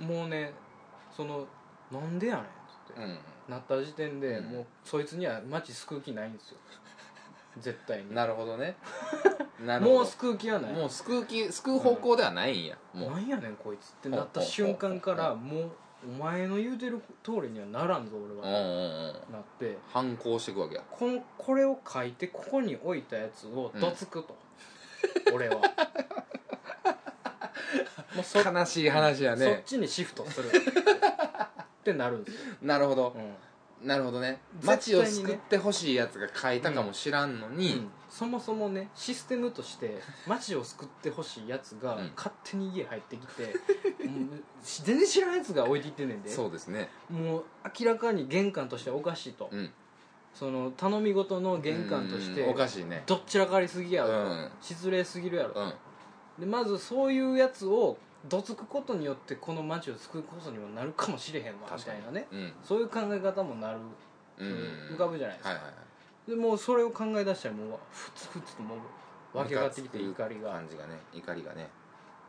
S1: うん
S2: もうねそのなんでやねんっつって、
S1: うんうん
S2: なった時点で、
S1: うん
S2: もうそいつには街救う気ないん
S1: *laughs*
S2: ですよ絶対に
S1: なるほど *laughs* ねなる
S2: も
S1: ほ
S2: う
S1: ど
S2: 救う気はない
S1: もう救う気救う方向ではないんやも
S2: な
S1: うん
S2: やねんこいつってなった瞬間からもうお前の言うてる通りにはならんぞ
S1: う
S2: 俺
S1: んう
S2: は、
S1: んうん
S2: なって
S1: 反抗していくわけや
S2: このこれを書いてここに置いたやつをどつく
S1: *laughs*
S2: と、俺はもうそ
S1: 悲しい話や
S2: そっ
S1: ね
S2: ちにシフト
S1: *laughs*
S2: するってなるんですよ、
S1: なるほど
S2: うん
S1: なるほどね
S2: 絶対
S1: 街
S2: にね
S1: を救ってほしいやつが書いたかもしらんの
S2: う
S1: に
S2: んそもそもねシステムとして街を救ってほしいやつが
S1: うん
S2: 勝手に家入ってきて、 *laughs* もう全然知らんやつが置いていってんねんで
S1: そうですね
S2: もう明らかに玄関としておかしいと、
S1: うん
S2: その頼み事の玄関として
S1: うんおかしいね
S2: どっちらかりすぎやろ、
S1: うん
S2: 失礼すぎるやろ、
S1: うん
S2: でまずそういうやつをどつくことによってこの街を救うことにもなるかもしれへんわみ
S1: 確
S2: た
S1: かに
S2: いなね
S1: うん
S2: そういう考え方もなる、
S1: うん
S2: 浮かぶじゃないですか
S1: はいはいはい
S2: でもうそれを考え出したらもうふつふつともう湧き上がってきて
S1: ムカ
S2: 怒
S1: つく
S2: りが
S1: 感じがね怒りがね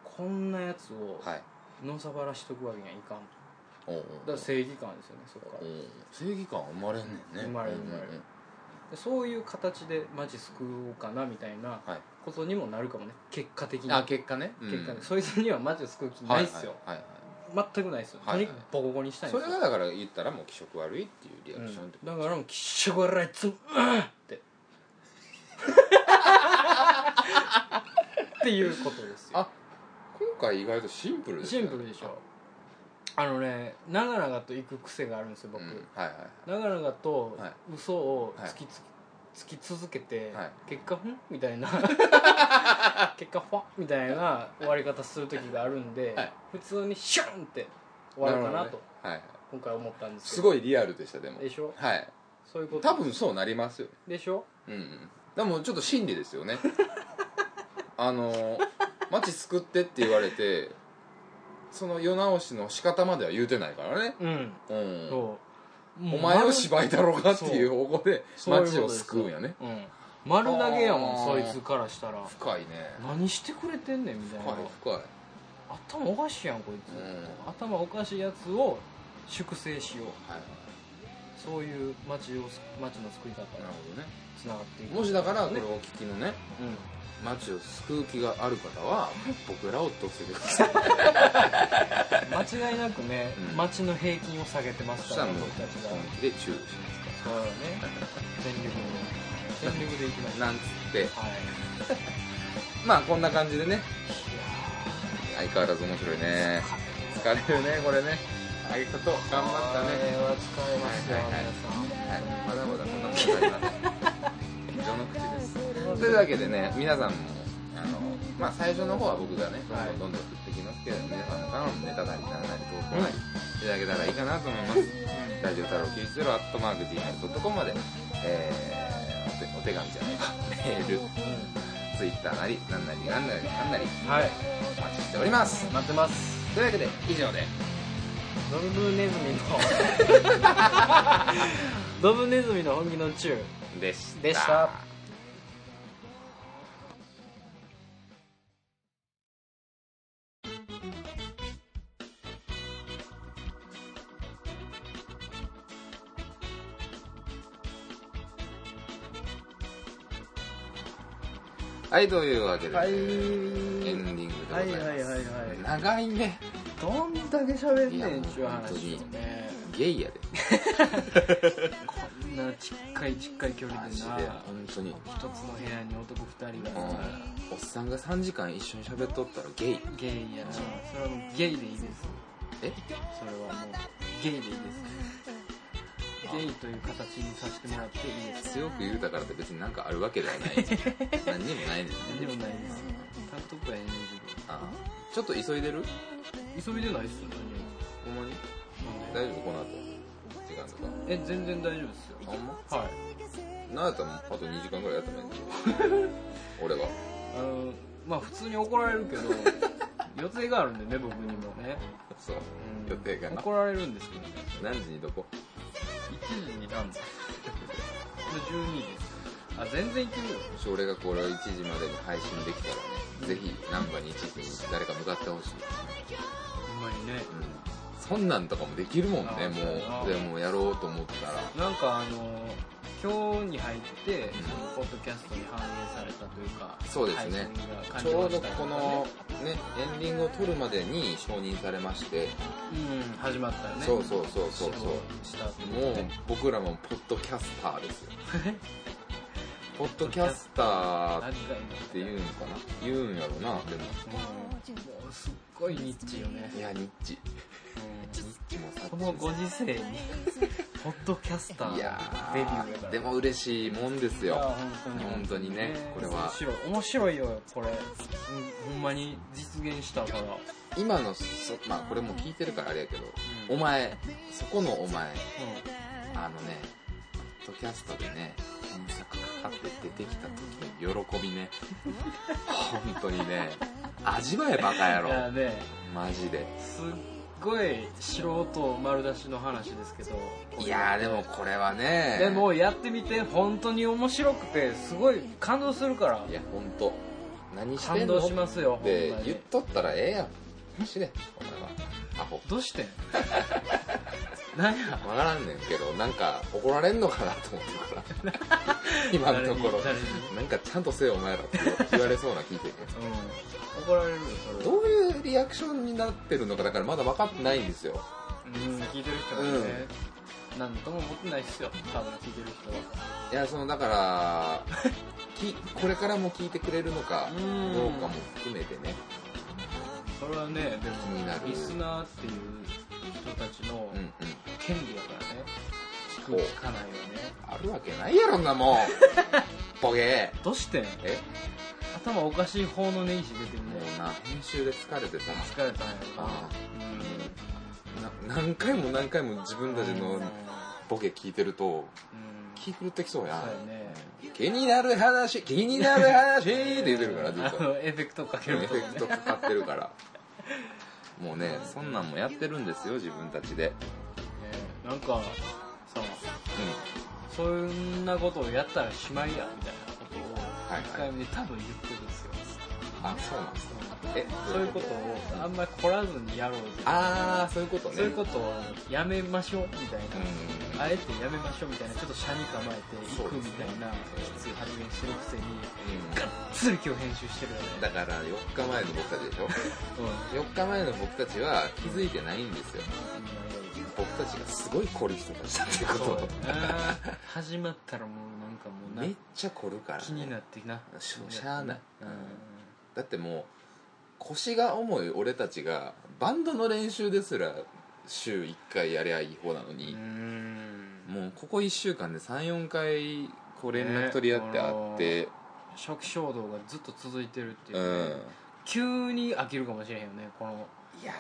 S2: こんなやつを
S1: はい
S2: のさばらしとくわけにはいかんと
S1: おうおう
S2: だから正義感ですよねそこから
S1: お
S2: で
S1: う正義感は生まれんねんね
S2: 生まれる生まれる
S1: うんうんうん
S2: そういう形でマジ救おうかなみたいな
S1: はい
S2: ことにもなるかもね結果的に
S1: あ結果ね
S2: 結果
S1: う
S2: ね
S1: ん
S2: そいつにはマジを救う気ないっすよ
S1: はいはい
S2: 全くないっすよ
S1: は
S2: と
S1: いは
S2: に
S1: い
S2: かくボコボコにしたいん
S1: そ
S2: で
S1: れ
S2: す
S1: が
S2: よ
S1: だから言ったらもう気色悪いっていうリアクションって
S2: うんだからもう「きっしょこらいつもうん!」って
S1: *laughs*
S2: っていうことですよ
S1: あ今回意外とシンプルです
S2: シ
S1: ね
S2: ンプルでしょあのね長々と行く癖があるんですよ
S1: う
S2: 僕、
S1: んはいはい
S2: 長々と
S1: はい
S2: 嘘を
S1: はい
S2: つきつ,、つき続けて、
S1: はい
S2: 結果ふんみたい
S1: *laughs*
S2: な結果ふわっみたいな終わり方する時があるんで、
S1: はい
S2: 普通にシュンって終わるかな
S1: る
S2: と
S1: ほどねはいはい
S2: 今回思ったんですけ
S1: す
S2: ど
S1: ごいリアルでしたでも
S2: でしょ
S1: はい
S2: そういうこと
S1: 多分そうなりますよ
S2: でしょ
S1: うんうんでもちょっと真理ですよ
S2: *laughs*
S1: ねあの「町救って」って言われてその世直しの仕方までは言うてないからね
S2: うん
S1: うん
S2: そうも
S1: お
S2: う
S1: 前を芝居だろうがっていう方向で
S2: そう
S1: 町を救うんやね
S2: 丸,、うん、丸投げやも
S1: あ
S2: ん
S1: ー
S2: そいつからしたら
S1: 深いね
S2: 何してくれてんねんみたいな
S1: 深い深い
S2: 頭おかしいやんこいつ、
S1: うん
S2: 頭おかしいやつを粛清しよう
S1: はい
S2: そういう町を町の作り方に
S1: なるほどね
S2: つながっていく、
S1: もしだからこれをお聞きのね
S2: うん
S1: 町を救う気がある方は僕らをどうするかそ
S2: 間違いなくね、
S1: うん
S2: 町の平均を下げてます
S1: し
S2: か
S1: た
S2: ら
S1: らもう
S2: 僕たちが
S1: 本気で注意し
S2: そうだね全力で全力でいきま
S1: ますすなんつって
S2: はい
S1: まあこんな感じでね相変わらず面白いね疲れるねこれねありがとう頑張ったね
S2: これは使えますよ、
S1: はいはいはいはいまだ
S2: 皆
S1: まだこんなことがあります序の口ですというわけでね皆さんもあのまあ最初の方は僕がね
S2: はい
S1: どんどんどん送ってきますけど皆さんもからもネタなりなんなり投稿なりいただけたらいいかなと思いますラジオ太郎910アットマーク Gmail.com まで、えー、お手お手紙じゃないかメールツイッターなりなんなりなんなりなんなり
S2: さん
S1: *laughs*
S2: はい
S1: お待ちしております
S2: 待ってます
S1: というわけで以上で
S2: ドブネズミのドブネズミの本気のチュー
S1: でした
S2: でした
S1: はいというわけで、
S2: はい
S1: エンディングでございます、
S2: はいはいはいはい
S1: 長いね
S2: どんだけ喋んねんっちゅう
S1: いやもう本当
S2: 話
S1: に
S2: よね
S1: ゲイやで
S2: こんなちっかいちっかい距離
S1: マ
S2: で
S1: ジで
S2: な
S1: 本当に
S2: 一つの部屋に男二人がおったら
S1: おっさんが3時間一緒に喋っとったらゲイ
S2: ゲイやなそれはもうゲイでいいです
S1: え
S2: それはもうゲイでいいですゲイという形にさせてもらっていいです
S1: 強く言うたからって別になんかあるわけではない
S2: *laughs*
S1: 何にもないね
S2: 何でもないですタンクトップやねん
S1: あちょっと急いでる
S2: 自分急いでないっすよ
S1: ほんまに
S2: 何
S1: 大丈夫この後時間とか
S2: え全然大丈夫ですよ
S1: あんま
S2: はい
S1: なんやったらあと2時間ぐらいやったらいいんだよ *laughs* 俺は
S2: あのまあ普通に怒られるけど予定があるんでね僕にもね、
S1: そう
S2: うん
S1: 予定がな
S2: 怒られるんですけどね
S1: 何時にどこ
S2: 1時になんだ12時ですあ全然いけるよ
S1: もし俺がこれを1時までに配信できたらねぜひ難波に1時に誰か向かってほしい、
S2: ほんまにね
S1: うん、そんなんとかもできるもん
S2: あ
S1: ね
S2: ー
S1: も
S2: あ
S1: う
S2: ー
S1: でもやろうと思ったら
S2: なんかあの今日に入ってそのポッドキャストに反映されたというか
S1: そうですね
S2: 配
S1: ち
S2: 信が
S1: ょ
S2: 完了
S1: うど
S2: したりとかね
S1: このねエンディングを撮るまでに承認されまして
S2: うん始まったよね
S1: そうそうそうそうそう
S2: 指導したとい
S1: もう
S2: かね
S1: 僕らもポッドキャスターですよ *laughs* ポッドキャスター
S2: 何
S1: っ
S2: が今
S1: て言うんかな言うんやろなでも
S2: もうもうすっごいニッチよね
S1: いやニッチニッチもサッチ
S2: こ
S1: も
S2: のご時
S1: *laughs*
S2: 世にポッドキャスター
S1: いや
S2: デビューだから
S1: ーでも嬉しいもんです
S2: いや
S1: よ
S2: 本当に
S1: 本当にねこれは
S2: 面白い面白いよこれ、うん、ほんまに実現したから、うん、
S1: 今のそまあこれもう聞いてるからあれやけどお前そこのお前あのねポッドキャストでね検索かかって出てきた時の喜びね本当にね味わえバカ野
S2: いや
S1: 郎
S2: ね
S1: マジです
S2: っごい素人丸出しの話ですけど
S1: いやーでもこれはね
S2: でもやってみて本当に面白くてすごい感動するから
S1: いや本当何して
S2: 感
S1: んの
S2: 動し
S1: っ
S2: ますよほん
S1: て
S2: ま
S1: 言っ
S2: に
S1: とったらええやんマジでお前はアホ
S2: どうしてん
S1: *laughs*
S2: 何や
S1: わからんねんけどなんか怒られんのかなと思ってるから今のところ
S2: *laughs* 誰に
S1: なんかちゃんとせよお前らって言われそうな聞いてる
S2: 誰にうん怒られるよそれ
S1: どういうリアクションになってるのかだからまだ分かってないんですよ
S2: うん聞いてる人はね、なん、何とも思ってないっすよ多分聞いてる人はい
S1: やそのだ
S2: *laughs*
S1: からきこれからも聞いてくれるのか
S2: う
S1: ど
S2: ん
S1: うかも含めてね
S2: それはねでも
S1: 気になる
S2: リスナーっていう人たちの
S1: うんうん
S2: 権利だからね、
S1: こう
S2: 聞く聞かないよね
S1: あるわけないやろんな
S2: *laughs*
S1: もんボケ
S2: どうしてん
S1: え
S2: 頭おかしい方の根岸出てる
S1: も
S2: ね
S1: うな編集で疲れてさ
S2: 疲れたんやろ
S1: あ
S2: な
S1: な何回も何回も自分たち
S2: う
S1: の
S2: ん
S1: ボケ聞いてると
S2: うん
S1: 気狂ってきそう
S2: そう
S1: やん
S2: やね
S1: 気になる話気になる話って言ってるからずっ
S2: あ
S1: と
S2: の *laughs* エフェクトかけ
S1: エ
S2: ると
S1: フ
S2: ね
S1: ェクトかかってるからもうねそんなんもやってるんですよ自分たちで
S2: ねなんかさ
S1: う
S2: そんなことをやったらしまいやみたいなことを
S1: はい
S2: 1回目で多分言ってるんですよ、
S1: んあそうなんですかえ
S2: そういうことをあんまり凝らずにやろうぜ
S1: ああそういうことね
S2: そういうことをやめましょうみたいな、
S1: うん
S2: あえてやめましょうみたいなちょっと車に構えて行くみたいなきつい発言してるくせにがっつり今日編集してるよね
S1: うんだから4日前の僕たちでしょ
S2: うん
S1: 4日前の僕たちは気づいてないんですよ僕たちがすごい凝る人たちだってこ
S2: そ
S1: と
S2: う
S1: を
S2: やな始まったらもうなんかもうな
S1: めっちゃ凝るから、ね、
S2: 気になってな
S1: しょしゃあない
S2: うん
S1: だってもう腰が重い俺たちがバンドの練習ですら週1回やりゃいい方なの
S2: う
S1: に、
S2: ん
S1: もうここ1週間で34回こう連絡取り合って
S2: ね
S1: 会って、
S2: 食衝動がずっと続いてるっていうう、ね
S1: ん
S2: 急に飽きるかもしれへんよねこの
S1: いや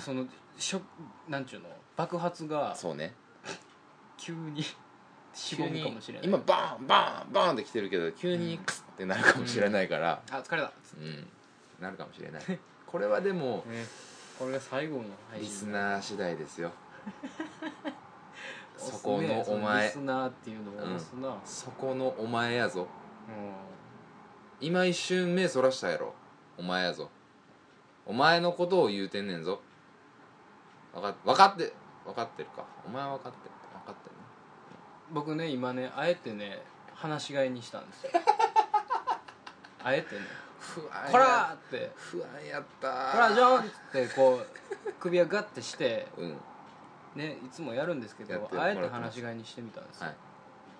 S2: そのしょなんちゅうの爆発
S1: ー
S2: が
S1: そうね
S2: 急にしぼむかもしれない
S1: 急に今バーンバーンバーンって来てるけど急に
S2: うん
S1: クスってなるかもしれないから、
S2: あ疲れた、
S1: うんなるかもしれない
S2: *laughs*
S1: これはでも
S2: ね、これが最後の配信
S1: リスナー次第です
S2: *laughs*
S1: よ
S2: 押す
S1: そ
S2: ね
S1: このお前
S2: そのリスナーっていうのを押すな、うん
S1: そこのお前やぞ今一瞬目そらしたやろお前やぞお前のことを言うてんねんぞ分か分かって分かってるかお前は分かってる分かってるね
S2: 僕ね今ねあえてね話し飼いにしたんです
S1: *laughs*
S2: よあえてね
S1: 不
S2: 「
S1: 安
S2: こら!」って
S1: 不安やった
S2: 「
S1: ー
S2: こらジョン!」ってこう首をガッてして
S1: うん
S2: ねいつもやるんですけ
S1: やっ
S2: ど
S1: ても
S2: あ
S1: ら
S2: え
S1: って
S2: て
S1: ます
S2: 話し飼いにしてみたんですよ、
S1: はい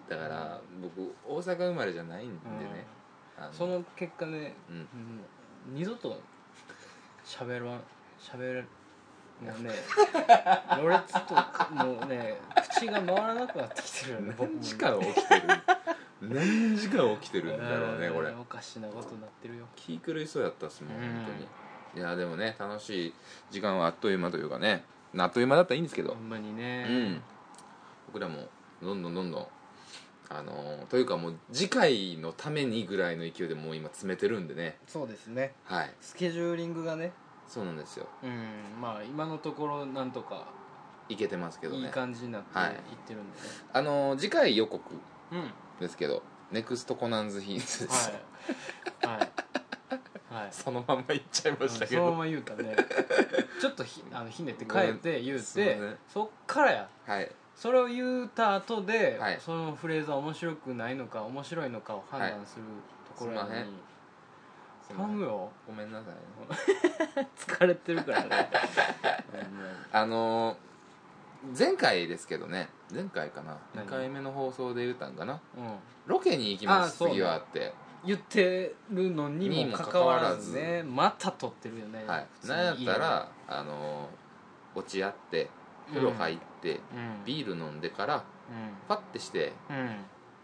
S1: だから僕大阪生まれじゃないんで
S2: うん
S1: ね、あの
S2: その結果ね、
S1: うん
S2: うん二度と喋らん喋るもうねろれつともうね口が回らなくなってきてるよね僕も
S1: 何時間起きてる *laughs* 何時間起きてるんだろうね
S2: ん
S1: これ
S2: おかしなことになってるよ
S1: 気狂いそうやったっすもん
S2: うん
S1: 本当にいやでもね楽しい時間はあっという間というかねあっという間だったらいいんですけ
S2: ほ
S1: ど
S2: んまに
S1: う
S2: ね、
S1: ん僕らもどんどんどんどんあのーというかもう次回のためにぐらいの勢いでもう今詰めてるんでね
S2: そうですね
S1: はい
S2: スケジューリングがね
S1: そうなんですよ
S2: うんまあ今のところなんとか
S1: いけてますけど
S2: いい
S1: ね
S2: 感じになって
S1: はい
S2: いってるんでね、
S1: あのー次回予告
S2: うん
S1: ですけどネクストコナンズヒーズです、
S2: はいはいはい
S1: *laughs* そのまま言っちゃいましたけ
S2: うんその
S1: ど、
S2: まま言う
S1: *laughs*
S2: たねちょっとひあのひねって
S1: ごめん
S2: 変えて言う
S1: すいませ
S2: て
S1: ん
S2: そっからや
S1: はい
S2: それを言うた後で、
S1: はい
S2: そのフレーズは面白くないのか面白いのかを判断するところやのに、
S1: はいすいま
S2: 頼
S1: せん
S2: むよ
S1: ごめんなさいね
S2: 疲れてるからね
S1: あのー前回ですけどね前回かな
S2: 何
S1: 2回目の放送で言ったんかな
S2: うん、うん
S1: ロケに行きま
S2: あ
S1: す
S2: そうね
S1: 次はあって、
S2: 言ってるのに
S1: に
S2: も
S1: も
S2: か
S1: か
S2: か
S1: か
S2: わ
S1: わ
S2: ら
S1: ら
S2: ず
S1: ず
S2: ねまた撮ってるよね、
S1: はい、
S2: 普通に
S1: なんやったらあのー落ち合って風呂入って、
S2: うん
S1: ビール飲んでからパッてして
S2: うん、うん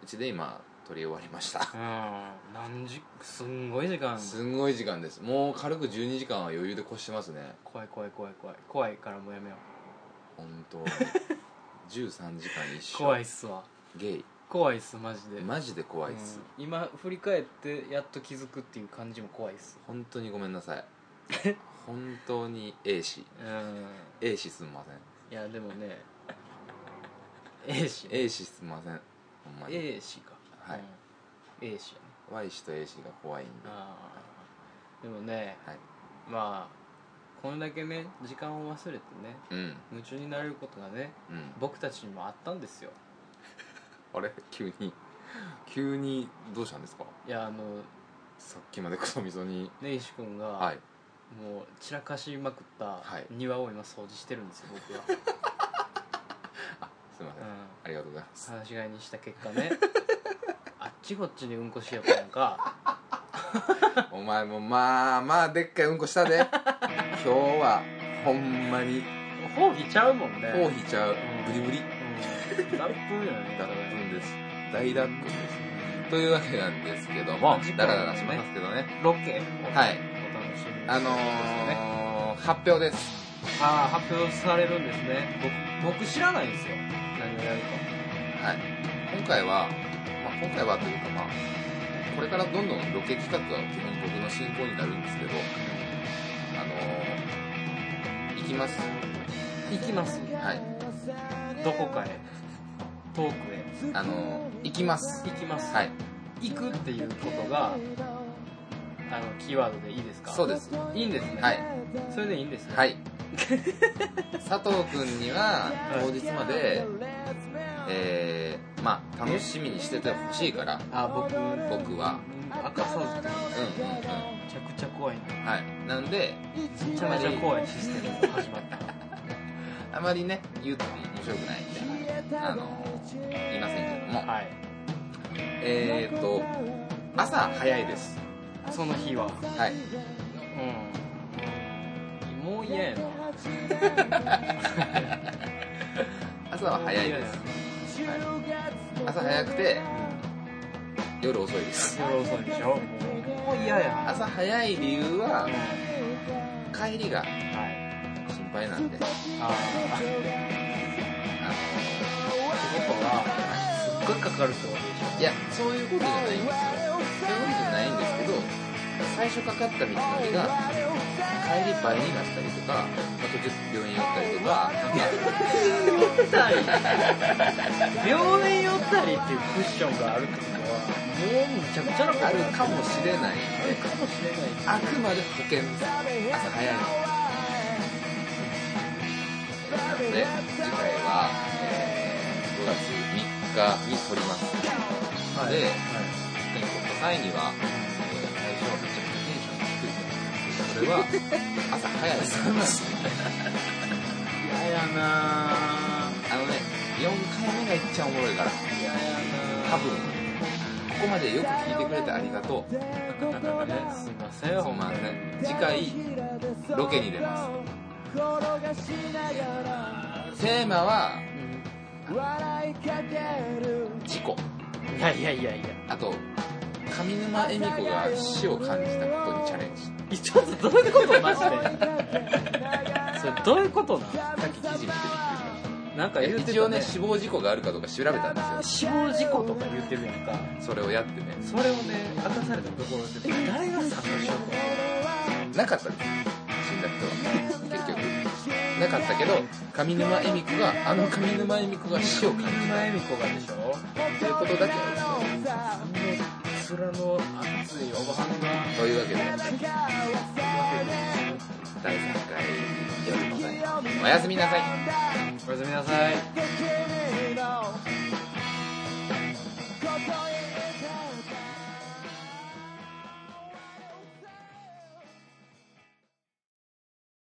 S1: うちで今撮り終わりま
S2: *laughs*
S1: した
S2: うん、何時すんごい時間
S1: すんごい時間ですもう軽く12時間は余裕で越してますね
S2: 怖い怖い怖い怖い怖いからもうやめよう
S1: 本
S2: *laughs*
S1: 当に13時間一緒
S2: 怖いっすわ
S1: ゲイ
S2: 怖いっすマジで
S1: マジで怖いっす、
S2: うん今振り返ってやっと気づくっていう感じも怖いっす
S1: 本当にごめんなさい本当に A 氏
S2: うん
S1: A 氏すんません
S2: いやでも
S1: *laughs*
S2: ね A 氏
S1: A 氏すんませんほんまに
S2: A 氏か
S1: はい
S2: うん A 氏やね
S1: Y 氏と A 氏が怖いんでは
S2: あーでもね
S1: い
S2: まあこんだけね時間を忘れてね
S1: うんうん
S2: 夢中になれることがね僕たちにもあったんですよ
S1: あれ *laughs* 急に急にどうしたんですか
S2: いやあの
S1: さっきまでクソみそに
S2: 根岸君が、
S1: はい
S2: もう散らかしまくった
S1: はい
S2: 庭を今掃除してるんですよ僕は、
S1: *laughs* すいません、
S2: う
S1: あ
S2: ん
S1: りがとうございます
S2: 話し飼いにした結果 *laughs* ねあっちこっちにうんこしようかなんか
S1: お前もまあまあでっかいうんこしたで今日はほんまに
S2: 放棄ちゃうもんね
S1: コーヒーちゃうブリブリ
S2: うん脱糞よね
S1: 脱糞です大脱糞ですというわけなんですけども
S2: 次回
S1: ダラダラしますけどね
S2: ロケ
S1: はい
S2: お楽しみに
S1: あの
S2: ね
S1: ー、発表です
S2: ああ発表されるんですね僕僕知らないんですよ何をやるか
S1: はい今回は、まあ、今回はというかまあこれからどんどんロケ企画は基本僕の進行になるんですけどあのー、行きます
S2: 行きます
S1: はい
S2: どこかへ遠くへ
S1: あのー、行きます
S2: 行きます、
S1: はい
S2: 行くっていうことがあのキーワードでいいですか
S1: そうです
S2: いいんですね
S1: はい
S2: それでいいんですね *laughs*
S1: はい佐藤君には当日まで、えー、まあ楽しみにしててほしいから
S2: あ僕
S1: 僕は
S2: 明かさず
S1: うんうんうん
S2: めちゃくちゃ怖いな
S1: はいなんで
S2: めちゃめちゃ怖いシステムが始まったな
S1: あまりね言うと面白くないんであの言いませんけども
S2: はい
S1: えー、っと朝早いです
S2: その日は
S1: はい
S2: うんもう嫌やな
S1: 朝は早いです、はい、朝早くて夜遅いです
S2: 夜遅いでしょもうもう嫌や
S1: 朝早い理由は
S2: うん
S1: 帰りが
S2: はい
S1: 心配なんで
S2: ああ仕事がすっごいかかるってことでし
S1: いやそういうことじゃないんですよそういうことじゃないんですけど最初かかった道のりが帰り倍になったりとか、まあ、途中病院寄ったりと
S2: *laughs*
S1: か
S2: ょ寄ったり病院寄ったりっていうクッションがあるってことはもうむちゃくちゃなこと
S1: ある
S2: になって
S1: かもしれない
S2: あるかもしれ
S1: あ
S2: ない
S1: くまで保険朝早いのなので次回は、えー5月3日に撮ります
S2: はい
S1: で
S2: はい
S1: 保険を取った際には、えー最初はめちゃくちゃテンション低いそれは朝早いです
S2: 嫌やな
S1: あのね4回目がいっちゃおもろいから
S2: 嫌やな
S1: 多分ここまでよく聞いてくれてありがとう
S2: ねすいません
S1: ほ
S2: ほ
S1: ん
S2: ん
S1: ま
S2: ま
S1: ね
S2: ね
S1: 次回ロケに出ますテーマは事故
S2: いやいやいやいや
S1: あと上沼恵美子が死を感じたことにチャレンジ
S2: え *laughs* ちょっとどういうことマジでそれどういうことな
S1: さっき記事見てびっくりしまし
S2: なんか
S1: たい
S2: 言う
S1: や
S2: てた、ね、
S1: 一応ね死亡事故があるかどうか調べたんです
S2: 死亡事故とか言ってるやんか
S1: よそれをやってね
S2: それをね明かされたところで誰が参加しよう
S1: なかったです死んだ人
S2: *laughs*
S1: は結局なかったけど上沼恵美子があの上沼恵美子が死を感
S2: と
S1: じ
S2: みんな恵美子がでしょ
S1: たということだけを伝えま
S2: 面の熱いおばはんが
S1: すというわけで第3回夜の会おやすみなさい
S2: おやすみなさい
S3: 「できる限りのことを